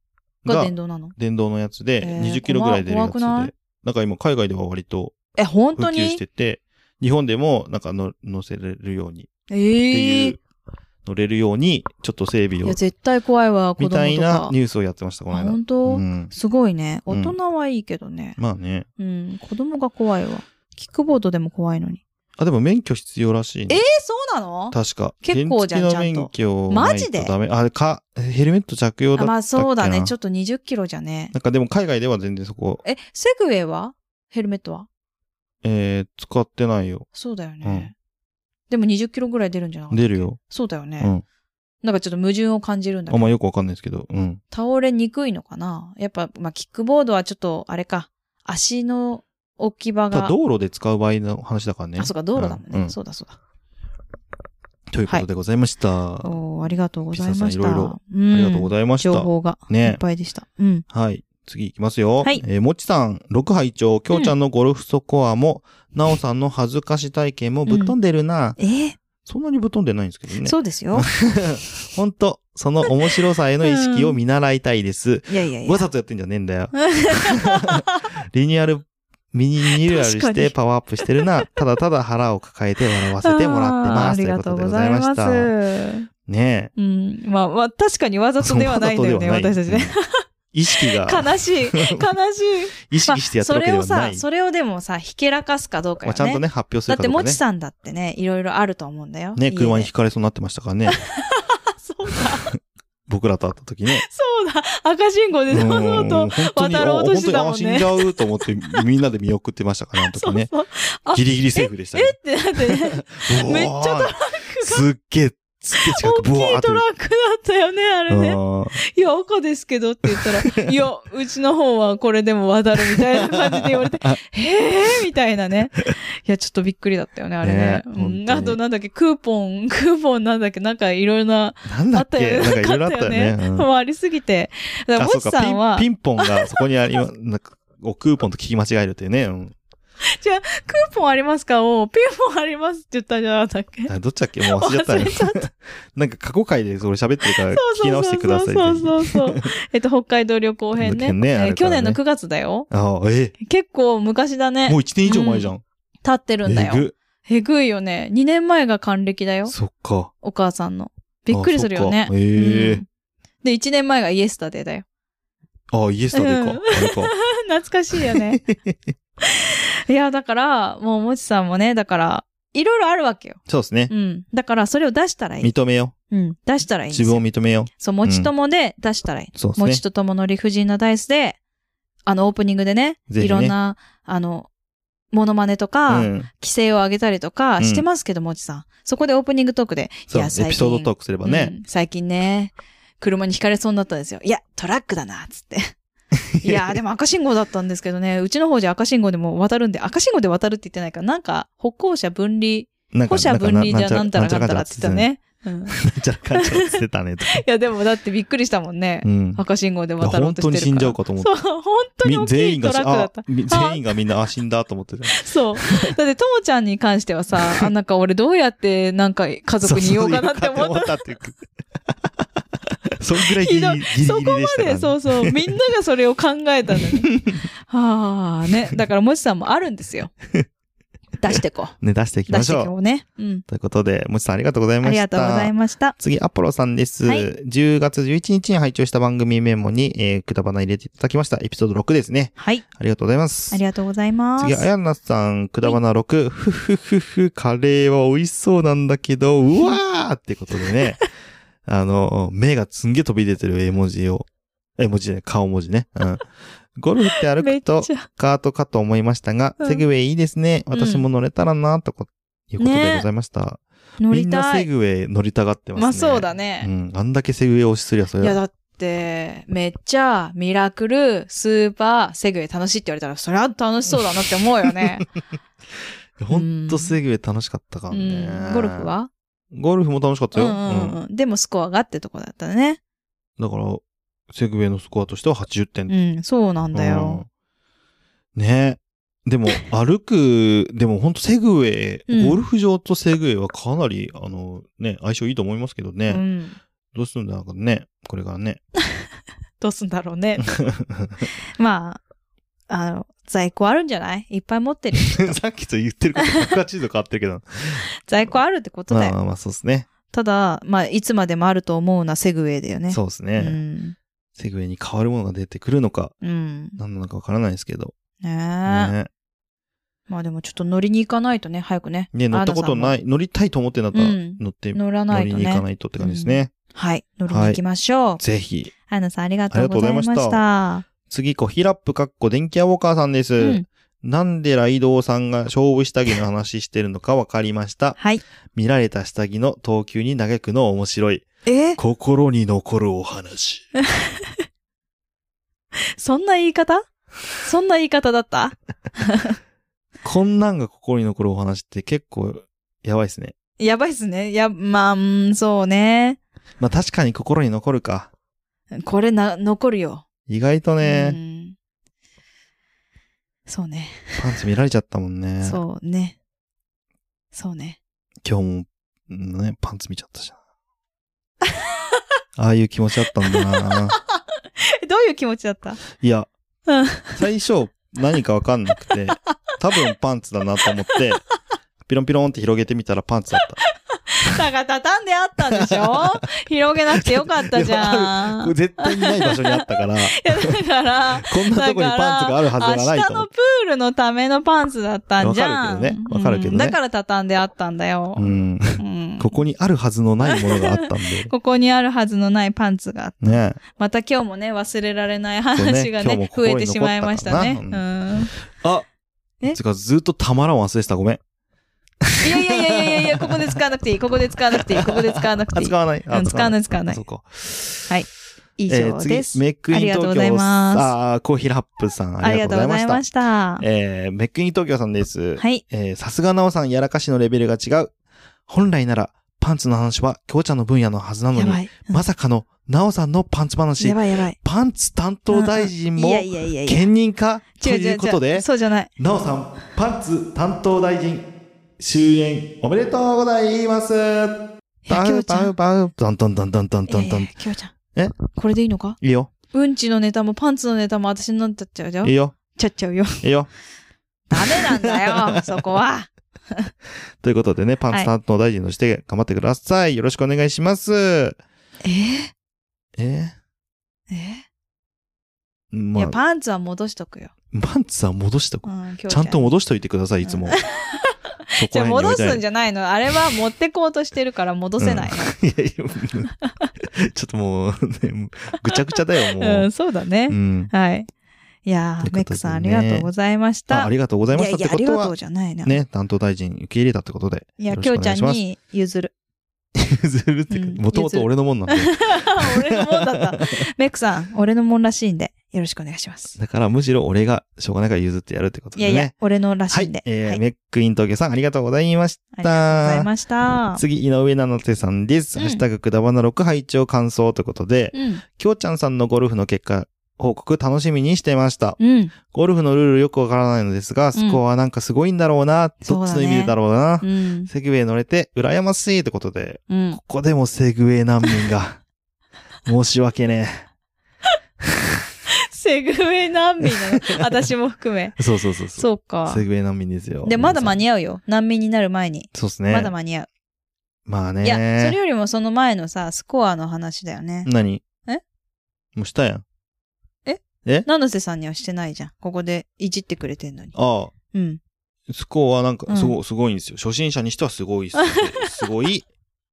B: が
A: が
B: 電動なの
A: 電動のやつで、
B: えー
A: 20キロぐらい出るやつで、
B: 怖
A: な
B: くなんい
A: か今海外では割と
B: え、本
A: 普
B: 当
A: 及し
B: に
A: てて、日本でもなんかの乗せれるようにって
B: え
A: い
B: え
A: う、乗れるようにちょっと整備
B: い
A: を
B: や、、絶対怖いわ、子供
A: み
B: とか。
A: たいなニュースをやってました、この
B: あ
A: 間。
B: 本当、
A: うん。
B: すごいね。
A: う
B: 大
A: ん
B: 人はいいけどね。
A: まあね。
B: うん、子供が怖いわ。キックボードでも怖いのに。
A: あ、でも免許必要らしいね。
B: えー、そうなの
A: 確か。
B: 結構じゃん
A: 原
B: ちゃ
A: 付
B: んと
A: の免許ないと
B: マジで
A: ダメ。あれか、ヘルメット着用だったっけ
B: あ
A: な。
B: まあそうだね。ち
A: ょっ
B: ょっと20キロじゃね。
A: なんかでも海外では全然そこ、
B: え、セグウェイはヘルメットは
A: えー、使ってないよ。
B: そうだよね。
A: うん
B: でも20キロぐらい出るんじゃなかった
A: 出るよ。
B: そうだよね、
A: うん。
B: なんかちょっと矛盾を感じるんだ
A: あ
B: け
A: ん
B: ど。
A: まよくわかんないですけど。うん。
B: 倒れにくいのかなやっぱ、まあキックボードはちょっと、あれか。足の置き場
A: ただ
B: が。
A: 道路で使う場合の話だからね。
B: あ、そうか、道路だもんね。
A: うう
B: そうだそうだ。
A: ということでございました。
B: おーありがとうございました。
A: ピサさんいろいろ
B: うん
A: ありがとうございました。
B: 情報がい
A: ね
B: っぱいでした。うん。
A: はい。次いきますよ。
B: はい
A: えーもっちさん、6杯長、きょうちゃんのゴルフスコアも、なおさんの恥ずかし体験もぶっ飛んでるな。
B: えー
A: そんなにぶっ飛んでないんですけどね。 *laughs*
B: そうですよ。
A: ほんと、その面白さへの意識を見習いたいです。
B: いやいやいや
A: わ。ざとやってんじゃねえんだよ。 *laughs* リニューアル、ミニリニューアルし
B: 確か
A: て
B: に
A: パワーアップしてるな。ただただ腹を抱えて笑わせてもらって
B: あー
A: ま
B: あ
A: す。
B: りが
A: ことと
B: う
A: で
B: ございます。
A: ございましたね
B: うん。まあ、まあ、確かにわ
A: え。
B: ざとではないんだよね、
A: わざと
B: 私
A: で
B: た
A: は
B: ち
A: ない
B: ね。。
A: 意識が、
B: 悲しい。悲しい。
A: *laughs* 意識してやってるわけで
B: まあ
A: は
B: それ
A: な
B: を
A: い
B: さ、。それをでもさ、ひけらかすかどうか
A: ま
B: よ
A: あ、
B: ね。
A: ちゃんとね、発表す
B: だっ
A: るか
B: て、
A: どう
B: も
A: か
B: ち
A: ね。
B: さんだってね、いろいろあると思うんだよ。
A: ね、車にひ
B: く。
A: かれそうになってましたから
B: *laughs*
A: ね。
B: そうだ、
A: 僕らと会った時ね。
B: そうだ。赤信号でそう
A: う
B: そうんと。
A: 本当に、
B: 渡ろうとしてたもんね
A: あ本当にあ死んじゃうと思ってみんなで見送ってましたから、あの
B: そ
A: 時
B: う
A: ね。
B: そう。あ
A: ギリギリセーフでした
B: え
A: ね。
B: ってなって
A: *laughs*
B: ね、
A: うおー
B: めっちゃトラックが
A: すっげえ、すっげえ近
B: 大
A: く、
B: きいトラックだったよね、あれね。
A: うん
B: いや、赤ですけどって言った
A: *laughs*
B: ら、いや、うちの方はこれでも渡るみたいな感じで
A: *laughs*
B: 言われて、へえーみたいなね。いや、ちょっとびっくりだったよね、あれ
A: ね
B: ね。
A: 本当に
B: うん、あと、なんだっけ、クーポン、クーポンなんだっけ、なんかいろいろな、
A: なん
B: あ
A: だっ
B: った
A: け
B: よ
A: なんか
B: ね。
A: いろいろあったよね
B: な。
A: うん
B: かったよもうありすぎて。だ
A: あ、
B: から、も
A: そう
B: ち
A: か、
B: さんは、
A: ピ
B: ク
A: ンピンポンがそこにありま、なんか、をクーポンと聞き間違えるっていうね。うん
B: ーポンありますかを、ピンポンありますって言ったんじゃなかったっ
A: *laughs*
B: け
A: あどっちだっけもう忘れちゃったよ
B: 忘れちゃっ。
A: *laughs* なんか過去回でそれ喋ってるから聞き
B: そう
A: 直し
B: そ
A: て
B: う
A: ください。
B: そう
A: ぜひ
B: そうそう
A: *laughs*
B: そう。えっと、北海道旅行編ね。
A: 旅行ねあるからね
B: えー去年の9月だよ。
A: ああ、え
B: 結構昔だね
A: も。う一年以上前じゃん。
B: 経ってるんだ
A: え
B: よ。
A: ぐ。
B: えぐいよね。2年前が還暦だよ。
A: そっか。
B: お母さんの。びっくりするよ
A: あ
B: ね
A: そ。っかへえ
B: うんで、1年前がイエスタデーだよ。 *laughs*
A: あ、イエスタデーか。
B: うん
A: あれか。
B: 懐かしいよ
A: *laughs*
B: ね。いや、だから、もう、もちさんもね、だから、いろいろあるわけよ。
A: そうですね
B: う。ん。だから、それを出したらいい。
A: 認めよ
B: うん。出したら
A: う。
B: いいん
A: 自
B: です
A: 分
B: よ。
A: を認めよ
B: そう、もちともで出したらいい。
A: う。そうです
B: も
A: ね
B: ち。とともの理不尽なダイスで、あの、オープニングでね、
A: ぜひね
B: いろんな、あの、モノマネとか、
A: うん。
B: 規制を上げたりとかしてますけど、もちさん。そこでオープニングトークで、
A: そう、エ
B: や最近
A: ピソードトークすれば
B: う
A: ね。
B: ん最近ね、車にひかれそうになったんですよ。いや、トラックだな、つ
A: *laughs*
B: って。いやー、でも赤信号だったんですけどね、うちの方じゃ赤信号でも渡るんで、赤信号で渡るって言ってないから、なんか、歩行者分離、
A: なん
B: 歩
A: か
B: 者分離じゃなんたらかんたらって言ってた。ね。うんい
A: じゃあ感情捨てた
B: *laughs*
A: ねとか。
B: や、でもだってびっくりしたもんね
A: う。ん。
B: 赤信号で
A: いや
B: 渡ろう
A: 本
B: として
A: 当に死
B: るから。
A: んじゃうかと思って。
B: そう、本当に大
A: み全
B: き
A: 員
B: い
A: が
B: ト
A: し
B: ラックだっ
A: あ
B: た。
A: み全員がみんなあ死んだと思ってた。
B: そう。だって、ともちゃんに関して
A: *laughs*
B: はさ、あ、なんか俺どうやってなんか家族に言おうかなって思った。
A: たっていう。そんぐらいギリギリギリ
B: *laughs*
A: でした
B: そこま
A: から
B: で、
A: ね
B: そうそう、みんながそれを考えた
A: *laughs*
B: のに。はあ、ね。だから、もちさんもあるんですよ。出してこう。
A: ね、出していき
B: 出
A: ま
B: し
A: してょ。
B: いうこうね。うん。
A: ということで、もちさんありがとうござい
B: あ
A: ま
B: り
A: し
B: がとうござい
A: た。
B: ました。
A: 次、アポロさんです。
B: はい
A: 10月11日に拝聴した番組メモに、えー、くだばな入れていただきました。エピソード6ですね。
B: はい。
A: ありがとうございます
B: あ。りがとうございます。
A: 次、あやなさん、くだばな6、ふふふふ、カレーは美味しそうなんだけ
B: *laughs*
A: ど、うわーってことでね、あの、目がすんげえ飛び出てる絵文字を、絵文字じゃない顔文字ね。うん。ゴルフって歩
B: *laughs* めっ
A: く
B: ちゃ
A: と、。カートかと思いましたが、
B: うん
A: セグウェイいいですね。私も乗れたらな、とこ、いうことで
B: ね
A: ございました。
B: 乗
A: み
B: り
A: んな
B: た
A: セ
B: い。
A: グウェイ乗りたがってますね。
B: まあそうだね
A: うん。あんだけセグウェイ推しすりゃ、そ
B: い
A: れ
B: や、
A: は。
B: だって、めっちゃ、ミラクル、スーパー、セグウェイ楽しいって言われたら、そりゃ楽しそうだなって思うよ
A: *laughs*
B: ね。
A: ほんとセグウェイ楽しかったか
B: う
A: らね
B: ん。。ゴルフは
A: ゴルフも楽しかった
B: うん
A: よ。
B: うんうん。でもスコアがってとこだったね。
A: だから、セグウェイのスコアとしては80点。
B: うん、そうなんだよ。
A: うん。ねで
B: *laughs*
A: も、歩く、でも本当セグウェ
B: う
A: イ、
B: ん
A: ゴルフ場とセグウェイはかなり、あの、ね、相性いいと思いますけど
B: う
A: ね。
B: ん。
A: どうするんだろうね、これから
B: *laughs*
A: ね。
B: どうすんだろうね。 *laughs* まあ、あの、在庫あるんじゃないいっぱい持ってるよ。
A: さっきと言ってること180度変わってるけど。
B: 在庫あるってことだ
A: まあ
B: よ。
A: まあまあ、そうですね。
B: ただ、まあ、いつまでもあると思うな、セグウェイだよね。
A: そうです
B: う
A: ね。
B: ん。
A: セグウェイに変わるものが出てくるのか、
B: うん。
A: 何なのかわからないですけど。
B: ねえ。
A: ね
B: まあでもちょっと乗りに行かないとね、早くね。
A: ね乗ったこと
B: い。
A: ない、乗りたいと思ってんだったら、
B: うん
A: 乗って、
B: 乗らな
A: 乗
B: い
A: り
B: と
A: に行か
B: ね。
A: ないとって感じですね。
B: はい。乗りに行きましょう。
A: ぜひ、
B: アンナさんありがとうございま
A: ありがと
B: し
A: うござ
B: た。
A: 次、コヒラップかっこ電気屋ウォーカーさんです。
B: うん。
A: なんでライドウさんが勝負下着の話してるのかわかりました。 *laughs*
B: はい。
A: 見られた下着の投球に嘆くの面白
B: *laughs*
A: い。
B: え
A: 心に残るお話。
B: *laughs* そんな言い方そんな言い方だった
A: こんなんが心に残るお話って結構やばいですね。
B: やばいっすね。いや、まあ、うんそうね。
A: まあ確かに心に残るか。
B: これな、残るよ。
A: 意外とね、
B: うんそうね。
A: パンツ見られちゃったもんね。
B: そうね。そうね。
A: 今日も、うんね、パンツ見ちゃったじゃん。 *laughs* ああいう気持ちだったんだ
B: *laughs*
A: な。
B: え *laughs* どういう気持ちだった
A: いや
B: うん、
A: 最初何かわかんなく
B: *laughs*
A: て、多分パンツだなと思って、ピロンピロンって広げてみたらパンツだった。
B: だから畳んであったんでし
A: *laughs*
B: ょ広げなくてよかったじゃ
A: こ *laughs* れ
B: ん。い
A: 絶対にない場所にあったから、
B: や、 *laughs* だから、
A: こんなとこにパンツがあるはずがない
B: 明日
A: と思
B: の
A: っ
B: プールのためのパンツだったんじゃ
A: わかるけ
B: ん。
A: どねわかるけどね
B: うんだから畳んであったんだよ
A: て。。うん。
B: うん
A: ここにあるはずのないものがあったんで。
B: ここにあるはずのないパンツがあった
A: ね
B: また今日もね、忘れられない
A: そうね
B: 話が
A: 今日
B: ね、
A: も
B: 増
A: 心に
B: えてしまいましたね。
A: 残
B: う
A: っ
B: ん
A: たか。あ
B: え
A: つうかずっとたまらん忘れてた。ごめん。
B: いやいやいやいやいや、ここで使わなくていい、ここで使わなくていい、ここで使わなく
A: *laughs* あ、
B: ていい。
A: 使わない。あ
B: うん使わない、使わな
A: そ
B: い。
A: うか。
B: 以
A: え
B: 上
A: ー
B: です。
A: 次、メックイン東
B: ありがとうご
A: 京
B: ざいます
A: ああ、コーヒーラップさん、
B: あ
A: あ
B: り
A: り
B: が
A: がと
B: と
A: う
B: う
A: ござい
B: ござ
A: ま
B: い
A: した
B: ま。した。
A: えー、メックイン東京さんです。
B: はい。
A: えーさすがなおさん、やらかしのレベルが違う。本来なら、パンツの話は、きょうちゃんの分野のはずなの
B: やば
A: に、
B: い。
A: まさかの、なおさんのパンツ話
B: や、ばいやばい。
A: パンツ担当大臣も
B: い、やいやいやいや。
A: 兼任かと
B: 違う違う違う
A: いうことで、
B: そうじゃない。
A: なおさん、パンツ担当大臣、終演、おめでとうございます。
B: いや、
A: バ
B: きょ
A: ウ
B: うちゃ
A: バ
B: ん。
A: ウバウ、ドンドンドンドンドン
B: いや
A: ド
B: い
A: ンドン。
B: やいや
A: い
B: きょうちゃん。
A: え
B: これでいいのか
A: いよ、
B: うんちのネタもパンツのネタも私になっちゃっちゃうじゃん
A: いい。よ、
B: ちゃっちゃうよ。
A: *laughs* いいよ。
B: ダメなんだよ、 *laughs* そこは。
A: ということでね、パン
B: は
A: ツ
B: い
A: 担当大臣として頑張ってください。よろしくお願いします。
B: え
A: え
B: え
A: ー
B: い
A: ま
B: や、
A: あ、
B: パンツは戻しとくよ。
A: パンツは戻しと
B: う
A: く。
B: ん、きょう
A: ちゃんと戻しといてください、いつも。そ
B: じゃあ
A: ら辺に置
B: 戻
A: いて
B: すん
A: ない
B: じゃないの。あれは持ってこうとしてるから戻せない
A: いやいや、 *laughs* ちょっともう、ね、もうぐちゃぐちゃだよ、
B: の。うん、
A: もう。
B: そうだね
A: う。ん。
B: はい。いや
A: ということでね
B: ー、メックさんありがとうございまし
A: あ
B: た。
A: ありがとうございましたっ
B: いや
A: てこ
B: いや、あり
A: と
B: がと
A: は
B: う、じゃないな。
A: ね、担当大臣受け入れたってことで。
B: いや、
A: よろ
B: き
A: し
B: ょ
A: くお
B: うち
A: 願
B: ゃ
A: いし
B: ん
A: ます
B: に譲る。 *laughs*
A: 譲るって
B: うん
A: もともと俺のもんなんで
B: 俺のもんだった。メックさん、俺のもんらしいんで、よろしくお願いします。
A: だからむしろ俺がしょうがないから譲ってやるってこと
B: い
A: で
B: や
A: すね
B: いや、俺のら
A: は
B: しい
A: い
B: んで。、
A: えー
B: はい
A: メックイン東京さんありがとうございまし
B: ありがとうござい
A: た
B: ました。
A: 次井上七瀬さんです、
B: うん
A: ハッシュタグくだばな6拝聴感想ということで、
B: うん。
A: きょうちゃんさんのゴルフの結果報告楽しみにしてました。
B: うん。
A: ゴルフのルールよくわからないのですが、スコアはなんかすごいんだろうな、どっちの意味でだろうな、
B: うん。
A: セグウェイ乗れて羨ましいってことで、
B: うん
A: こ。こでもセグウェイ難民が、申し訳ね
B: *laughs* セグウェイ難民なの。私も
A: *laughs*
B: 含め。
A: え。そうそうそうそう。
B: そうか
A: セ。グウェイ難民ですよ。
B: で、まだ間
A: に
B: に合うよ。難民になる前に。
A: そうですね。
B: まだ間に合う。
A: まあね。
B: いや、それよりもその前のさ、スコアの話だよね。
A: 何
B: え
A: もうしたやん。
B: 七瀬さんにはしてないじゃん。ここでいじってくれてんのに。
A: ああ、
B: うん。
A: スコアはなん
B: う
A: か、
B: ん
A: すご、すごいんですよ。初心者にしてはすごいっ
B: *laughs*
A: す、すごい、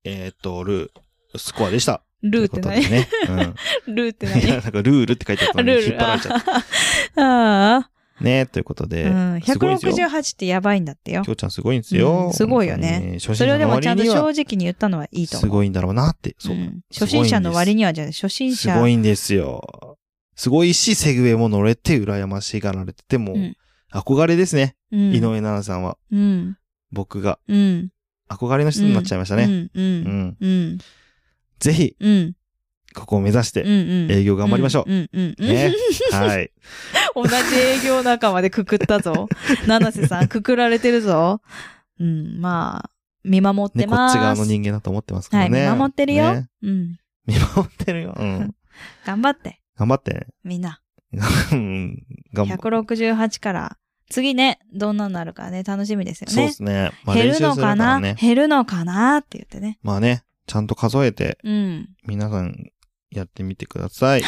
A: えーっと、ルー、スコアでした。
B: ルーって
A: という
B: 何
A: ことでね。うん。
B: *laughs* ルーっ
A: *laughs*
B: て
A: いや、
B: 何
A: なんかルールって書いてあったの
B: ル
A: に
B: ー
A: 引っ
B: ル。
A: 張られちゃっ
B: ああ
A: た。ねということ
B: ー。
A: で。
B: うん。
A: すごいですよ。
B: 168ってやばいんだってよ
A: きょ。うちゃんすごいんですよ。
B: うんすごいよね
A: 本当に。初
B: そ
A: 心
B: れ
A: 者の
B: をでもちゃ
A: 割
B: んと
A: には、
B: 正直に言ったのはいいと思
A: す
B: う。
A: ごいんだろうなって。そうう。
B: ん初心者の割にはじゃない初心
A: す
B: 者。
A: ごいんですよ。すごいし、セグウェイも乗れて、羨ましがられてて、もう
B: うん
A: 憧れですね。
B: うん
A: 井上奈々さんは。
B: うん。
A: 僕が
B: うん。
A: 憧れの人になっちゃいましたね。
B: う
A: うん。
B: ん。うん。
A: ぜひ、
B: うん。うん。
A: ここを目指し
B: う
A: て、
B: ん。うん
A: 営業頑張りましょう。
B: うん。うん。うん
A: ね。はい。
B: *laughs* 同じ営業仲間でくくったぞ。七瀬さん、くくられてるぞ。うん、まあ、見守って
A: ね、こっ
B: ます。
A: ち側の人間だと思ってますからね。
B: はい、見守ってるよ。
A: ね
B: うん。
A: 見守ってるよ。うん。
B: *laughs* 頑張って、
A: 頑張ってね。
B: みんな。
A: うん頑張って。
B: 168から。次ね、どんなになるかね、楽しみですよ
A: そう
B: ね
A: で。すね。まあ、
B: 減
A: 練習
B: る
A: する
B: の
A: か
B: からな
A: ね。
B: 減るのかなって言ってね。
A: まあね、ちゃんと数えて、
B: うん。
A: 皆さんやってみてくださ
B: *laughs*
A: い。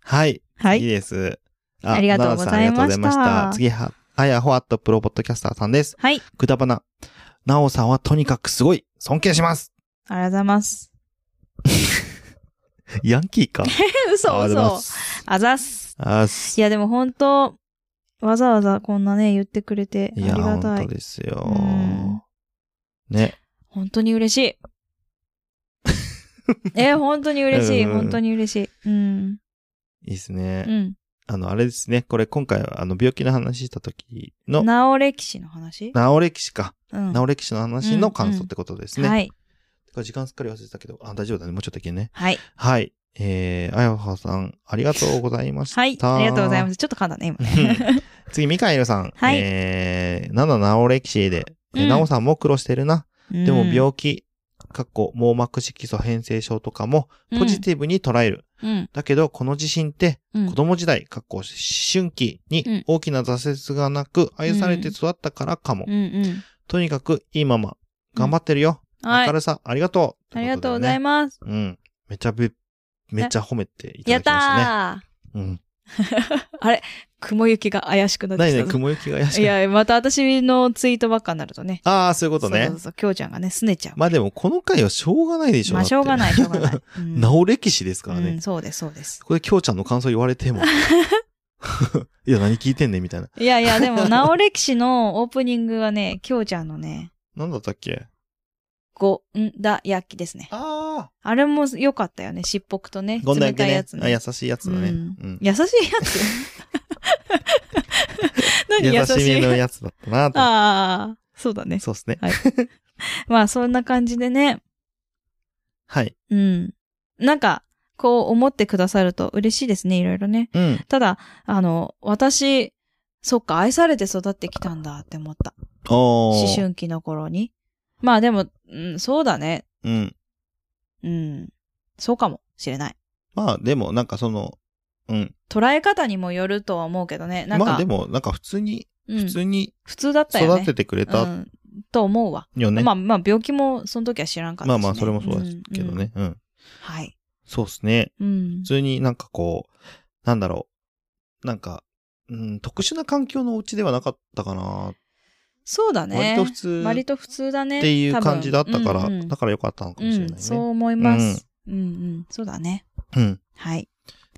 A: はい。
B: はい
A: いいです。
B: ありがとうござい
A: 奈々さんありがとうご
B: ました
A: ざいました。次は、あやほあっとプロポッドキャスターさんです。
B: はい。あり
A: くだばな。なおさんはとにかくすごい。尊敬します。
B: がとうござ
A: *laughs*
B: います。
A: ヤンキー
B: *laughs*
A: か。
B: え、嘘
A: ありがとうございま
B: 嘘。
A: す
B: あざっす。
A: あーす
B: いや、でも本当わざわざこんなね、言ってくれて、あ
A: い
B: り
A: や、
B: が
A: 本
B: た
A: 当
B: い。
A: です
B: うん
A: よ。ね。
B: 本当に嬉しい。 *laughs* え、本当に嬉しい。
A: うんうんうん
B: 本当に嬉しい。うん。
A: いいですね
B: う。ん。
A: あの、あれですね。これ今回は、あの、病気の話した時の、
B: なお歴史の話
A: なお歴史か。
B: うん。
A: なお歴史の話の感想ってことですね。
B: はい。
A: これ時間すっかり忘れてたけど、あ、大丈夫だね。もうちょっといけるね。
B: はい。
A: はい。えー、あやほさん、ありがとうございました。。
B: はい。ありがとうございますす。ちょっと噛んだね、今
A: う
B: ね。
A: *laughs* 次、ミカエルさん。
B: はい
A: えー、なななお歴史で、え
B: うん
A: なおさんも苦労してるな。でも、
B: 秒
A: 病気、かっこ、網膜色素変性症とかも、ポジティブに捉える。
B: うん。
A: だけど、この地震って、
B: うん。
A: 子供時代、かっこ、思春期
B: うん
A: に大きな挫折がなく、愛されて育ったからかも
B: うん。うん。
A: とにかく、いいママ、頑張ってるよ。
B: は
A: 明
B: い。
A: るさ、ありがとう。
B: ありがとうございます。
A: す。うん。めちゃべ、めっちゃ褒めていた
B: や
A: だ
B: っ
A: きましたね。
B: た
A: う
B: ー
A: ん。
B: 雲行きが怪しくなって
A: 何
B: き
A: ね、
B: たぞ。
A: 雲行きが怪し
B: い
A: い。あ
B: や、また私のツイートばっかになるとね。
A: あー、そういうことね。
B: そうそうそう。きょうちゃんがね、すねちゃう。
A: まあでも、この回はしょうがないでしょ。
B: まあ、しょうが
A: い。
B: ない、しょうが *laughs* ない。うん
A: なお歴史ですから
B: う
A: ね
B: ん、。そうです、そうです。
A: ここできょうちゃんの感想言われても。
B: *laughs*
A: いや、何聞いてんねんみたいな。
B: いやいや、で *laughs* も、なお歴史のオープニングはね、きょうちゃんのね、
A: なんだったっけ
B: ご、んだ、焼きですね。
A: ああ。
B: あれも良かったよね、しっぽくとね。
A: ごんだ
B: 冷
A: んけ
B: たいや
A: ね
B: つ。
A: あ
B: ね
A: 優。しいやつだね。
B: うん
A: うん
B: 優しいや *laughs* つ何優
A: 優
B: し
A: しめ
B: い
A: のやつだったなと。
B: ああ、そうだね。
A: そうですね。
B: まあ、そんな感じでね、
A: はい。
B: うん。なんか、こう思ってくださると嬉しいですね、いろいろね。
A: うん。
B: ただ、あの、私、そっか、愛されて育ってきたんだって思った。
A: おー
B: 思。春期の頃に。まあでも、うん、そうだね。
A: うん。
B: うん。そうかもしれない。
A: まあでも、なんかその、うん。
B: 捉え方にもよるとは思うけどね。なんか、
A: まあでも、なんか普通に、
B: うん、
A: 普
B: 普通
A: 通に
B: だったよね。
A: 育ててくれ
B: う
A: た
B: ん、と思うわ。
A: よね。
B: ま
A: ま
B: あまあ、病気もその時は知らんかったし、
A: あ
B: ね。
A: まあ、それもそうですけど
B: うんうん
A: ね。うん。
B: はい。
A: そうですね。
B: うん
A: 普。通になんかこう、なんだろう。なんか、うん、特殊な環境のお家ではなかったかな。
B: そうだね。
A: 割と普通
B: 割と普通だね。
A: っていう
B: 多分
A: 感じだったから、
B: うんうん
A: だからよかったのかもしれないね。
B: うんそう思います。うん、うん、そうだね。
A: うん。
B: はい。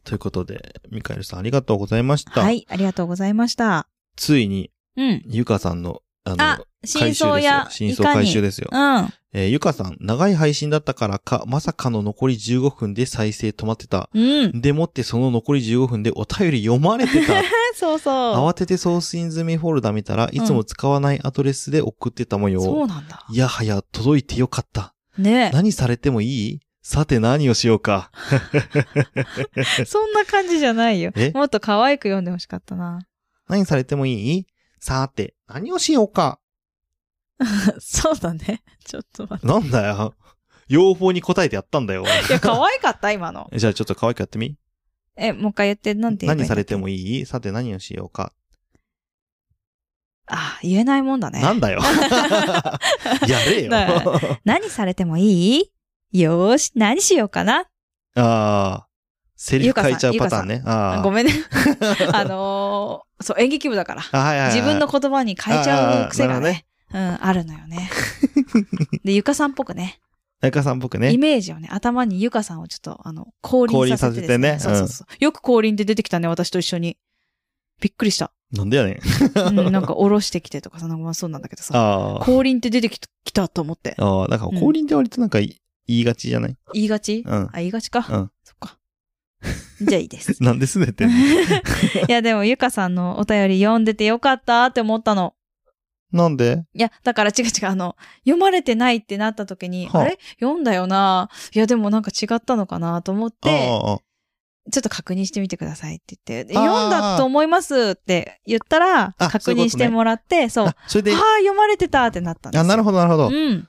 A: ということで、ミカエルさんありがとうございました。
B: はい。ありがとうございました。
A: ついに、
B: うん。
A: ゆかさんのあの、
B: あ、真相や
A: 回収ですよ。真
B: い
A: 相
B: か
A: 回収
B: に。
A: ですよ。
B: うん。
A: えーゆかさん、長い配信だったからか、まさかの残り15分で再生止まってた。
B: うん。
A: でもってその残り15分でお便り読まれてた。
B: *laughs* そうそ
A: 慌てて送信済みフォルダ見たらいつも使わないアドレスで送ってた模
B: う。
A: 様。
B: そうなんだ。
A: いやはや届いてよかった。
B: ね
A: 何されてもいいさて何をしようか。
B: そんな感じじゃないよ
A: え。
B: もっと可愛く読んでほしかったな。
A: 何されてもいいさて何をしようか。
B: そうだね。ちょっと待っ
A: なんだよ。要望に答えてやったんだよ。
B: て。いや、可愛かった、今の。
A: じゃあちょっと可愛くやってみ。
B: え、もう一回言って、なんて言えばいい
A: 何
B: んだ
A: さ
B: っけ
A: れてもいいさて何をしようか。
B: あ、言えないもんだね。
A: なん
B: *laughs*
A: だよ。やれよ。
B: だ何されてもいいよーし、何しようかな。
A: *laughs* ああ。セリフ変えちゃうパターンね。ああ。
B: ごめんね。あのー、そう、演劇部だから。
A: あはいはいはい
B: 自分の言葉に変えちゃう癖が
A: あーなる
B: ね。うん、あるのよね。で、ゆかさんっぽくね。
A: あゆかさんっぽくね
B: イ。メージをね、頭にゆかさんをちょっと、あの、
A: 降
B: 降臨
A: 臨
B: さ
A: さ
B: せ
A: せ
B: て
A: てね
B: ですそうそうそう。よく降臨って出てきたね、私と一緒に。びっくりした。
A: なんでやねん。 *laughs*
B: うん、なんか、下ろしてきてとかさ、なんかまあそうなんだけどさ。
A: ああ。
B: 降臨って出てきたきたと思って。
A: ああ、なんか
B: うん
A: 降臨って割となんかい言いがちじゃない
B: 言いがち
A: うん。
B: あ、言いがちか。
A: うん
B: そっか。 *laughs* じゃあいいです。
A: なんですねってんの。
B: いや、でも、ゆかさんのお便り読んでてよかったって思ったの。
A: なんで
B: いや、だから違う違う、あの、読まれてないってなった時に、
A: はあ
B: あれ読んだよないや、でもなんか違ったのかなと思っ
A: あ
B: て、
A: あああ、
B: ちょっと確認してみてくださいって言って、
A: あー
B: 読んだと思いますって言ったら、
A: あ
B: 確
A: そういうこと
B: 認
A: ね
B: してもらって、そう、あ
A: あそれ
B: あ
A: で
B: ー、、読まれてたってなったんですよ。
A: あ、なるほ
B: ほ
A: ど、なるほど。
B: うん。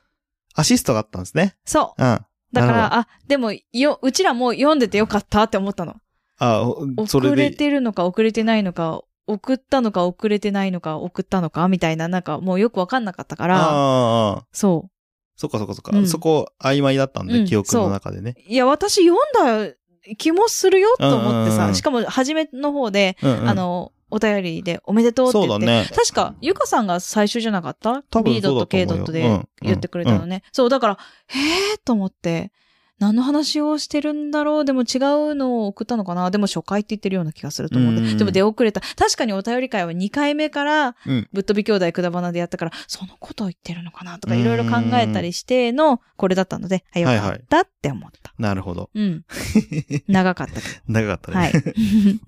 A: アシストがあったんですね。
B: そ
A: うん。あ
B: う。だ
A: なる
B: か
A: ほ
B: ら、あ、でも、よ、うちらも読んでてよかったって思ったの。
A: あ、
B: 遅
A: それ
B: れ
A: で、
B: てるのか遅れてないのか、送ったのか遅れてないのか、送ったのか、みたいな、なんかもうよくわかんなかったか
A: ああ
B: ら、
A: ああ、
B: そ
A: そっかそっかそっ
B: う
A: か。
B: ん
A: そこ曖昧だったん
B: う
A: で、
B: ん
A: 記憶の中でね
B: う。。いや、私読んだ気もするよと思って
A: うんうんう
B: さ、
A: ん
B: しかも初めの方で、
A: うんうん
B: あ、の、お便りでおめでとうって
A: そう
B: 言
A: だ
B: って、
A: ね。
B: 確か、ゆかさんが最初じゃなかった
A: 多分
B: ?B ドッ
A: そ
B: ト
A: うだと
B: K
A: 思
B: ド
A: うよ
B: ッ
A: うん
B: ト
A: う
B: で
A: ん
B: 言ってくれたのね。そう、だから、へーと思って、何の話をしてるんだろうでも違うのを送ったのかなでも初回って言ってるような気がすると思うん
A: う
B: で。
A: ん
B: でも出遅れた。確かにお便り会は2回目から
A: うん、
B: ぶっ飛び兄弟くだばなでやったから、そのことを言ってるのかなとかいろいろ考えたりしての、これだったので、あ、よかったって思った。
A: なるほど。
B: うん。長かったけ
A: *laughs* 長かった
B: ど。
A: ね。
B: はい。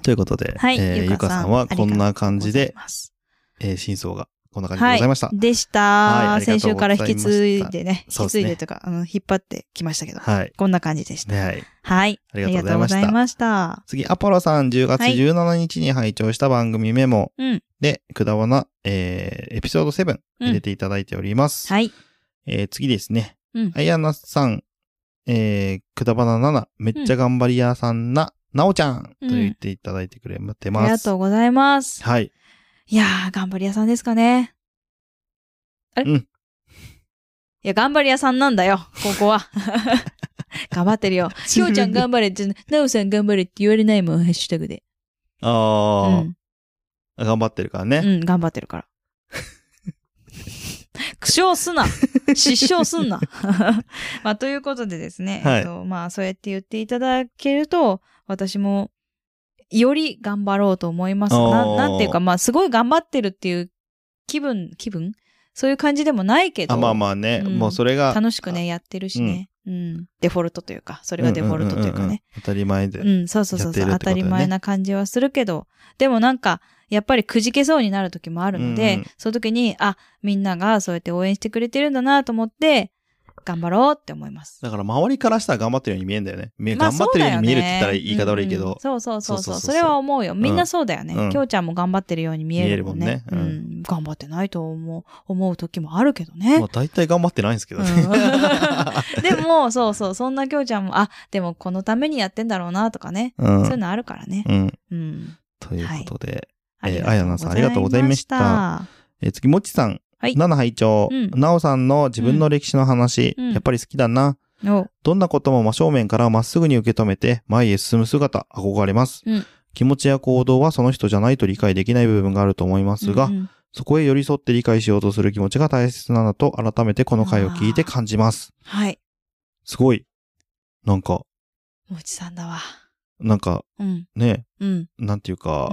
A: ということで、
B: はい
A: えーゆ
B: ゆ
A: か
B: かさん
A: さんはこんな感じ
B: ござい
A: で、
B: ます
A: えー真相がこんな感じで
B: は
A: ございました。
B: でした、
A: はいありがとう
B: 先週から引き継いでね、
A: そう
B: 引き
A: です
B: 継
A: ね
B: いでというか、あの、引っ張ってきましたけど、
A: はい。
B: こんな感じでした。
A: ねはい。
B: はい。
A: ありがとうございました
B: ありがとうございました。
A: 次、アポロさん10月
B: はい
A: 17日に拝聴した番組メモ
B: うん。
A: で、くだわな、えーエピソード7
B: うん
A: 入れていただいております。
B: はい。
A: えー次ですね。
B: うん
A: あやなさん、えー、くだばな7、めっちゃ頑張り屋さんな、なおちゃんと
B: うん
A: 言っていただいてくれて
B: あ
A: ます。
B: りがとうございます。
A: はい。
B: いやー、頑張り屋さんですかね。あれ、
A: うん
B: いや、頑張り屋さんなんだよ、こ
A: *laughs*
B: こは。頑張ってるよ。しょうちゃん頑張れって、なおさん頑張れって言われないもん、ハッシュタグで。う
A: あ
B: ん。
A: ー、頑張ってるから
B: う
A: ね。
B: ん、頑張ってるから。 *laughs* 苦笑すな失笑すんな *laughs* まあ、ということでですね、
A: はい
B: えっと、まあ、そうやって言っていただけると、私も、より頑張ろうと思います。な
A: おー
B: なんていうか、まあ、すごい頑張ってるっていう気分、気分そういう感じでもないけど、
A: あ、まあまあね、
B: うん
A: もうそれが、
B: 楽しくね、やってるしね、うん。デフォルトというか、それがデフォルトというかね。
A: んんんん。当たり前で。
B: うん、そうそうそうそう、
A: や
B: 当
A: ってるってこ
B: た
A: とだよね
B: り前な感じはするけど、でもなんか、やっぱりくじけそうになる時もあるので、
A: うんうん
B: そういう時に、あ、みんながそうやって応援してくれてるんだなと思って、頑張ろうって思います。
A: だから周りからしたら頑張ってるように見えんだよね。み
B: まあ
A: 頑張ってるように見えるって
B: そ
A: 言
B: だ
A: ったら言い方悪いけ
B: よねうんう
A: ど
B: ん。そうそうそうそう
A: そうそうそうそう
B: それは思うよ。みんなそうだよね。
A: うん
B: きょうちゃんも頑張ってるように見えるもんね。
A: 見えるもんね
B: うん頑張ってないと思う、思う時もあるけどね。
A: まあ大体頑張ってないんですけどね。
B: でも、そうそう、そんなきょうちゃんも、あ、でもこのためにやってんだろうなとかね。
A: うん。
B: そういうのあるからね。
A: うん。
B: うん。
A: ということで。
B: り
A: えー
B: がとう
A: あやなさんありがとうございました
B: ございまし
A: えー次、もちさん。
B: はい
A: なな拝聴
B: うん
A: なおさんの自分の歴史の話、
B: うん
A: やっぱり好きだな。
B: た。お
A: どんなことも真正面からまっすぐに受け止めて前へ進む姿、憧れます。
B: うん
A: 気持ちや行動はその人じゃないと理解できない部分があると思いますが、
B: うんうん
A: そこへ寄り添って理解しようとする気持ちが大切なんだと改めてこの回を聞いて感じます。
B: はい。
A: すごい。なんか、
B: もちさんだわ。
A: なんか
B: うん。
A: ね、
B: うん。
A: なんていうか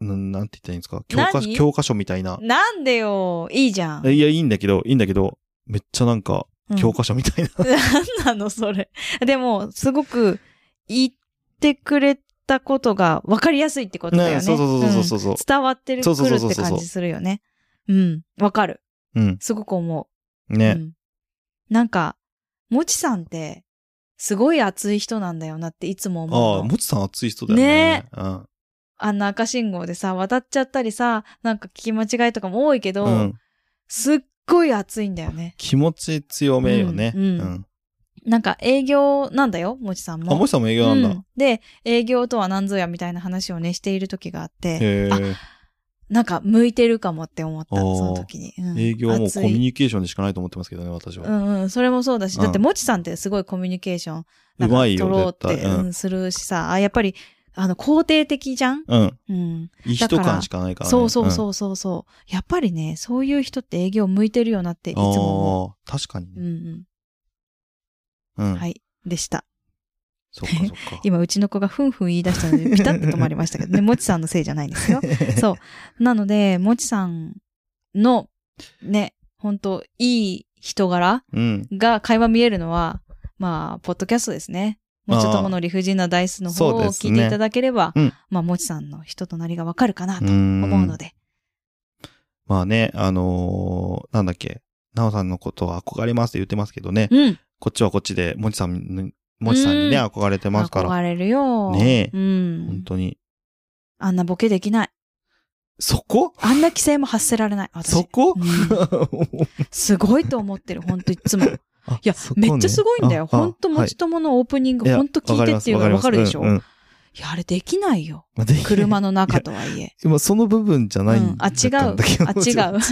B: ん、
A: なんなんて言ったらいいんですか教科
B: 何
A: 教科書みたいな。
B: なんでよいいじゃん。
A: いや、いいんだけど、いいんだけど、めっちゃなんか、
B: うん
A: 教科書みたいな。
B: なんなのそれ。でも、すごく言ってくれたことが分かりやすいってことだよね。
A: ねそうそうそうそうそう。
B: ん伝わってる、
A: そうそう
B: く
A: そ
B: る
A: うそう
B: って感じするよね。うん。わかる。
A: うん。
B: すごく思う。う
A: ね。
B: ん。なんか、もちさんって、すごい熱い人なんだよなっていつも
A: ああ、
B: 思うの。
A: もちさん熱い人だよね。
B: ね
A: うん。
B: あんな赤信号でさ、渡っちゃったりさ、なんか聞き間違いとかも多いけど、
A: うん。
B: すっごい熱いんだよね。
A: 気持ち強めよね。
B: う
A: うんん。
B: うんなんか営業なんだよ、もちさん
A: あ、も
B: も。
A: ちさんも営業なんだ。
B: うんで、営業とは何ぞやみたいな話をね、している時があって、
A: へえ。
B: なんか向いてるかもって思った、
A: あー
B: その時に。うん
A: 営業はもう
B: 熱
A: コ
B: い
A: ミュニケーションでしかないと思ってますけどね、私
B: う
A: は。
B: んうん、それもそうだし、
A: うん
B: だってもちさんってすごいコミュニケーション、なん
A: う
B: か
A: まい
B: 取
A: よ
B: ろうって、
A: 絶対うん
B: うんするしさ、あやっぱり、あの、肯定的じゃん
A: うん。
B: うん。
A: いい人感しかないからね。
B: そうそう
A: うん。
B: そうそうそう。やっぱりね、そういう人って営業向いてるよなっていつも思
A: ああ、確かに
B: う。うん
A: ね。う
B: うん。
A: ん。
B: はい。でした。
A: そっかそっか。
B: *laughs* 今、うちの子がふんふん言い出した
A: *laughs*
B: ので、ピタッと止まりましたけどね、もちさんのせいじゃないんですよ。そう。なので、もちさんの、ね、本当いい人柄
A: うん。
B: が会話見えるのは、まあ、ポッドキャストですね。もちともの理不尽なダイスの方
A: そ
B: を
A: うです
B: 聞
A: ね
B: いていただければ、
A: うん
B: まあ、もちさんの人となりがわかるかなと思
A: 思
B: うので。
A: まあね、あのーなんだっけ、なおさんのことは憧れますって言ってますけどね、
B: うん。
A: こっちはこっちで、もちさんに、もちさんにね、
B: うん
A: 憧れてますから、
B: 憧れるよ。
A: ねえ
B: うん。
A: 本当に。
B: あんなボケできない。
A: そこ
B: あんな規制も発せられない。私。
A: そこ
B: うん
A: *laughs*
B: すごいと思ってる。ほんといつも。いや、めっちゃすごいんだよ。ほんと、もち
A: と、
B: とものオープニング、ほんと聞いてっていうのがわかるでしょ、
A: うんうん
B: いや、あれできないよ。
A: まあでき
B: 車の中とはいえ。
A: *laughs* 今その部分じゃ
B: う
A: ない
B: ん
A: ん、
B: あ、
A: だ
B: 違
A: った
B: うん
A: だけ。ど
B: あ、違
A: *laughs*
B: *laughs* う。い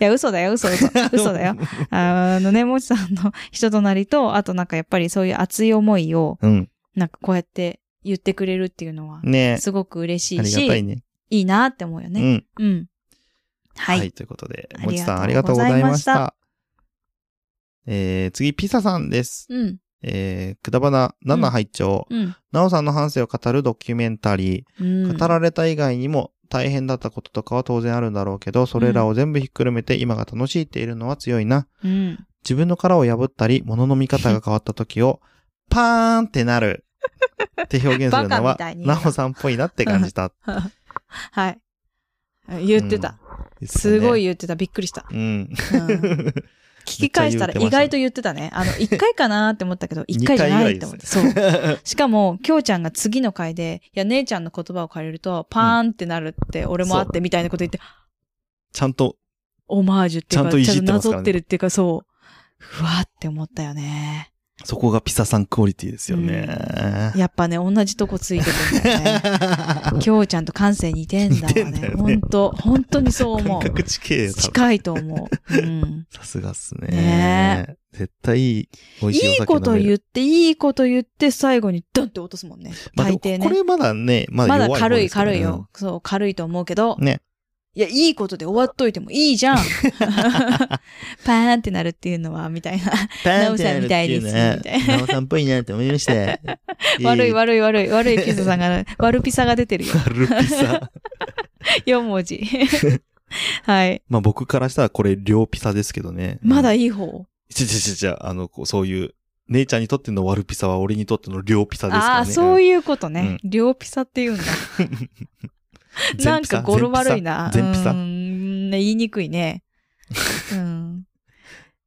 B: や、嘘だよ、嘘、嘘。嘘だよ。。あのね、もちさんの人となりと、あとなんかやっぱりそういう熱い思いを、
A: うん。
B: なんかこうやって言ってくれるっていうのは、
A: ね
B: すごく嬉し
A: あ
B: い
A: り
B: し、
A: がたい
B: い
A: ね。
B: いなって思うよ
A: う
B: ね。
A: ん。
B: うん。は。
A: はいい。ということで、
B: ありがと
A: も
B: う
A: ちさんありがとうございまし
B: ござ
A: た。えー、次、ピサさんです。
B: うん、
A: えー、くだばな7入っちゃおう。
B: うん。
A: なおさんの反省を語るドキュメンタリ
B: うん
A: ー。語られた以外にも大変だったこととかは当然あるんだろうけど、それらを全部ひっくるめて今が楽しいっているのは強いな。
B: うん。
A: 自分の殻を破ったり、物の見方が変わった時
B: *laughs*
A: を、パーンってなる。って表現するの
B: バカみ
A: は
B: たい、に言う
A: な
B: な
A: おさんっぽいなって感じた。
B: はい。言ってた。 *laughs* すごい。言ってた。びっくりした。
A: うん。
B: うん聞き返したら意外と言ってたね。あの、一回かなーって思った
A: *laughs*
B: けど、一回じゃないって思って。そう。しかも、きょうちゃんが次の回で、いや、姉ちゃんの言葉を借りると、パーンってなるって、俺もあってみたいなこと言って、
A: *laughs* ちゃんと、
B: オマージュっていうか、
A: ちゃんといじって
B: な
A: ます
B: ぞ
A: からね
B: ってるっていうか、そう。ふわって思ったよね。
A: そこがピサさんクオリティですよね。
B: やっぱね、同じとこついてくんだよ
A: *laughs*
B: ね。きょうちゃんと感性似てんだわ
A: 似てんだ
B: ね。
A: よね
B: 本当本当にそう思
A: 感
B: う。
A: 覚地形だ。
B: 近いと思う。うん。
A: さすがっす
B: ね
A: ね。絶対いい、美味しいお
B: いい
A: 酒飲
B: こ
A: め
B: と
A: る
B: 言って、いいこと言って、最後にドンって落とすもんね。
A: まあで
B: 大
A: も
B: 抵
A: こ
B: ね。
A: れまだね、まだ
B: まだ
A: 弱い方
B: 軽い
A: ですから
B: 軽
A: ね
B: いよ。。そう、軽いと思うけど。
A: ね。
B: いや、いいことで終わっといてもいい
A: *laughs*
B: じゃん。パーンってなるっていうのは、みたいな。
A: なおなおさんっぽいなって思いました。
B: *laughs* 悪い悪い悪い、悪いピザさん
A: *laughs*
B: が、悪ピザが出てるよ。
A: 悪い。軽ピサ。
B: 4
A: *laughs*
B: 文字。はい。
A: まあ僕からしたらこれ両ピサですけどね。
B: まだ
A: い
B: いい方。
A: ちゃちゃちゃちゃ、あの、こうそういう、姉ちゃんにとっての悪ピサは俺にとっての両ピサですから
B: あ
A: ね。
B: あー、そういうこと
A: う
B: ね
A: ん。
B: 両ピサって言うんだ。
A: 全
B: なん
A: ピサ
B: か語呂悪いな。
A: 全ピサ全
B: うー
A: ピ
B: ん、ね言いにく
A: *laughs*
B: いね。うん。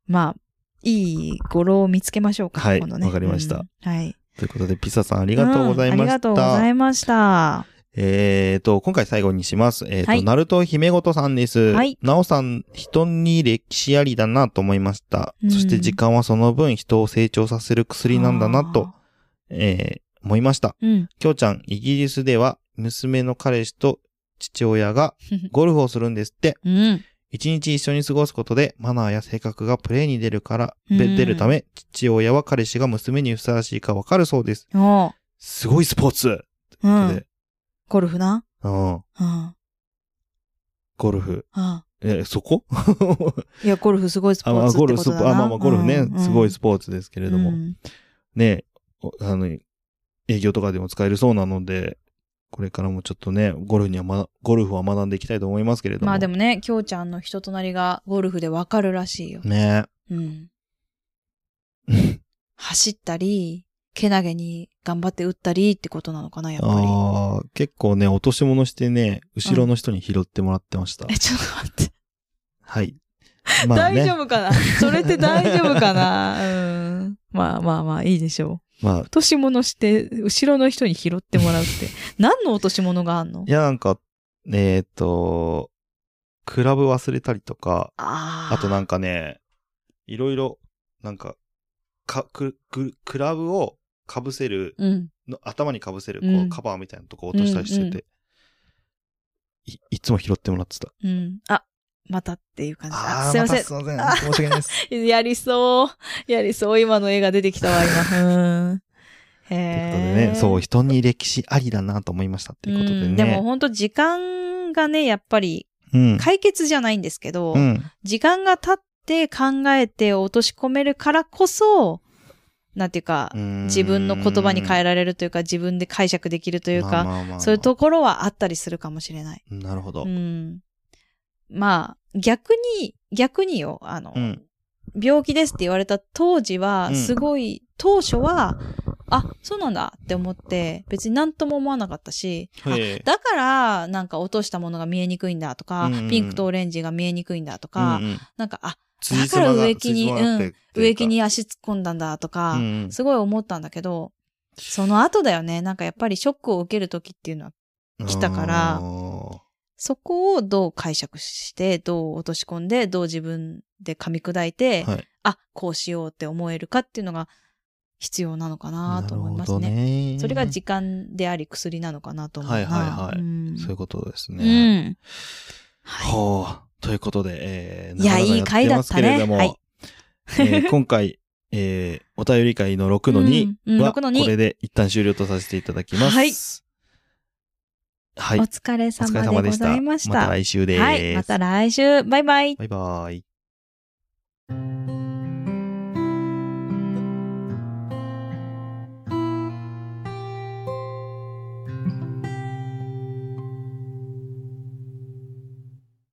B: まあ、いい語呂を見つけましょうか。
A: はい
B: 今度ね
A: わかりました
B: うんはい。
A: サ。ということで、ピサさんありがとうございました。
B: んありがとうございました。
A: えーと、今回最後にします。えーと、
B: はい
A: ナルト姫ごとさんです。
B: はい
A: なおさん、人に歴史ありだなと思いました。
B: うん
A: そして時間はその分人を成長させる薬なんだなと、えー思いました。
B: あー。うん。
A: きょうちゃん、イギリスでは娘の彼氏と父親
B: *laughs*
A: がゴルフをするんですって。
B: うん。
A: 一日一緒に過ごすことでマナーや性格がプレーに出るから、
B: うん
A: べ出るため、父親は彼氏が娘にふさわしいかわかるそうです。
B: おう。
A: すごいスポーツ
B: う。
A: うんん、
B: ゴルフな。うん。
A: ゴルフ。
B: うん。
A: え、そこ *laughs*
B: いや、ゴルフすごいスポ
A: あま
B: ー
A: あ、
B: ツっ
A: ゴ
B: て
A: ル
B: こ
A: フ、ス
B: とだ
A: ポ
B: な。
A: あまあまあ、ゴルフね、すごいス
B: ポ
A: ポ
B: ーツ
A: ーツですけれども、ねえおあの、営業とかでも使えるそうなので、これからもちょっとね、ゴルフには、ま、ゴルフは学んでいきたいと思いますけれども。
B: まあでもね、きょうちゃんの人となりがゴルフでわかるらしいよ。
A: ね。
B: うん。走ったり、けなげに頑張って打ったりってことなのかな、やっぱり。
A: *laughs* ああ、結構ね、落とし物してね、後ろの人に拾ってもらってました。
B: え、ちょっと待って。
A: はい。まあ
B: 大丈
A: ね、*laughs*
B: 夫かなそれって大丈夫かなうん。まあまあまあ、いいでしょう。
A: まあ、
B: 落とし物して、後ろの人に拾ってもらうって。
A: *laughs*
B: 何の落とし物があんの
A: いや、なんか、えっ、と、クラブ忘れたりとか、
B: あー
A: あとなんかね、いろいろ、なんか、か、く、く、クラブを被せる、
B: うん。
A: の頭に被せる、
B: う
A: こ
B: ん
A: う、カバーみたいなとこ落としたりしてて、
B: うんうん
A: い、いつも拾ってもらってた。
B: うん。あ、またっていう感じ。あ
A: ー
B: すいません
A: た。すいません。申し訳ないです。
B: やりそう。やりそう。今の絵が出てきたわ、
A: *laughs*
B: 今。うん。
A: という
B: へ
A: ことで
B: *laughs* え。
A: ね、そう、人に歴史ありだなと思いましたっていうことでね。
B: んでも本当時間がね、やっぱり
A: うん。
B: 解決じゃないんですけど、
A: うん。
B: 時間が経って考えて落とし込めるからこそ、なんていうか、自分の言葉に変え
A: る
B: られるというか、自分で解釈できると
A: と
B: いうか、そういうところはあったりするかもしれない。
A: なるほど
B: う。ん。まあ、逆に、逆によ、あの、
A: うん。
B: 病気ですって言われた当時
A: う
B: は、
A: ん
B: すごい、当初は、あ、そうなんだって思って、別に何とも思わなかったし、あ
A: へえ
B: だから、なんか落としたものが見えにくいんだとか、
A: うんうんうん
B: ピンクとオレンジが見えにくいんだとか、
A: うんうん
B: なんか、あ、
A: 辻褄が
B: だから植木に
A: 辻褄が合ってっていうか
B: 植木に足突っ込んだんだとか、
A: うんうん
B: すごい思ったんだけど、その後だよね、なんかやっぱりショックを受ける時っていうのは、来たから
A: あー
B: そこをどう解釈して、どう落とし込んで、どう自分で噛み砕いて、
A: はい
B: あ、こうしようって思えるかっていうのが必要なのかなと思います
A: なる
B: ね。
A: ほどね
B: それが時間であり薬なのかなと思うな。
A: はいはいはい
B: うん、
A: そういうことです
B: う
A: ね。
B: ん。は
A: はあ。ということで、えー、
B: いや
A: 長々
B: いい回だったね
A: やってますけれども
B: はい
A: えー今回、えー、お便り会の6の2
B: うんうん
A: は、
B: 6
A: こ
B: の2
A: れで一旦終了とさせていただきます。
B: はい。。
A: はいい。
B: お
A: お
B: 疲
A: 疲
B: れ
A: れ
B: 様
A: 様で
B: でご
A: した。
B: ざいました。
A: また来週です。
B: はい。また来週。バイバイ。
A: バイバイ。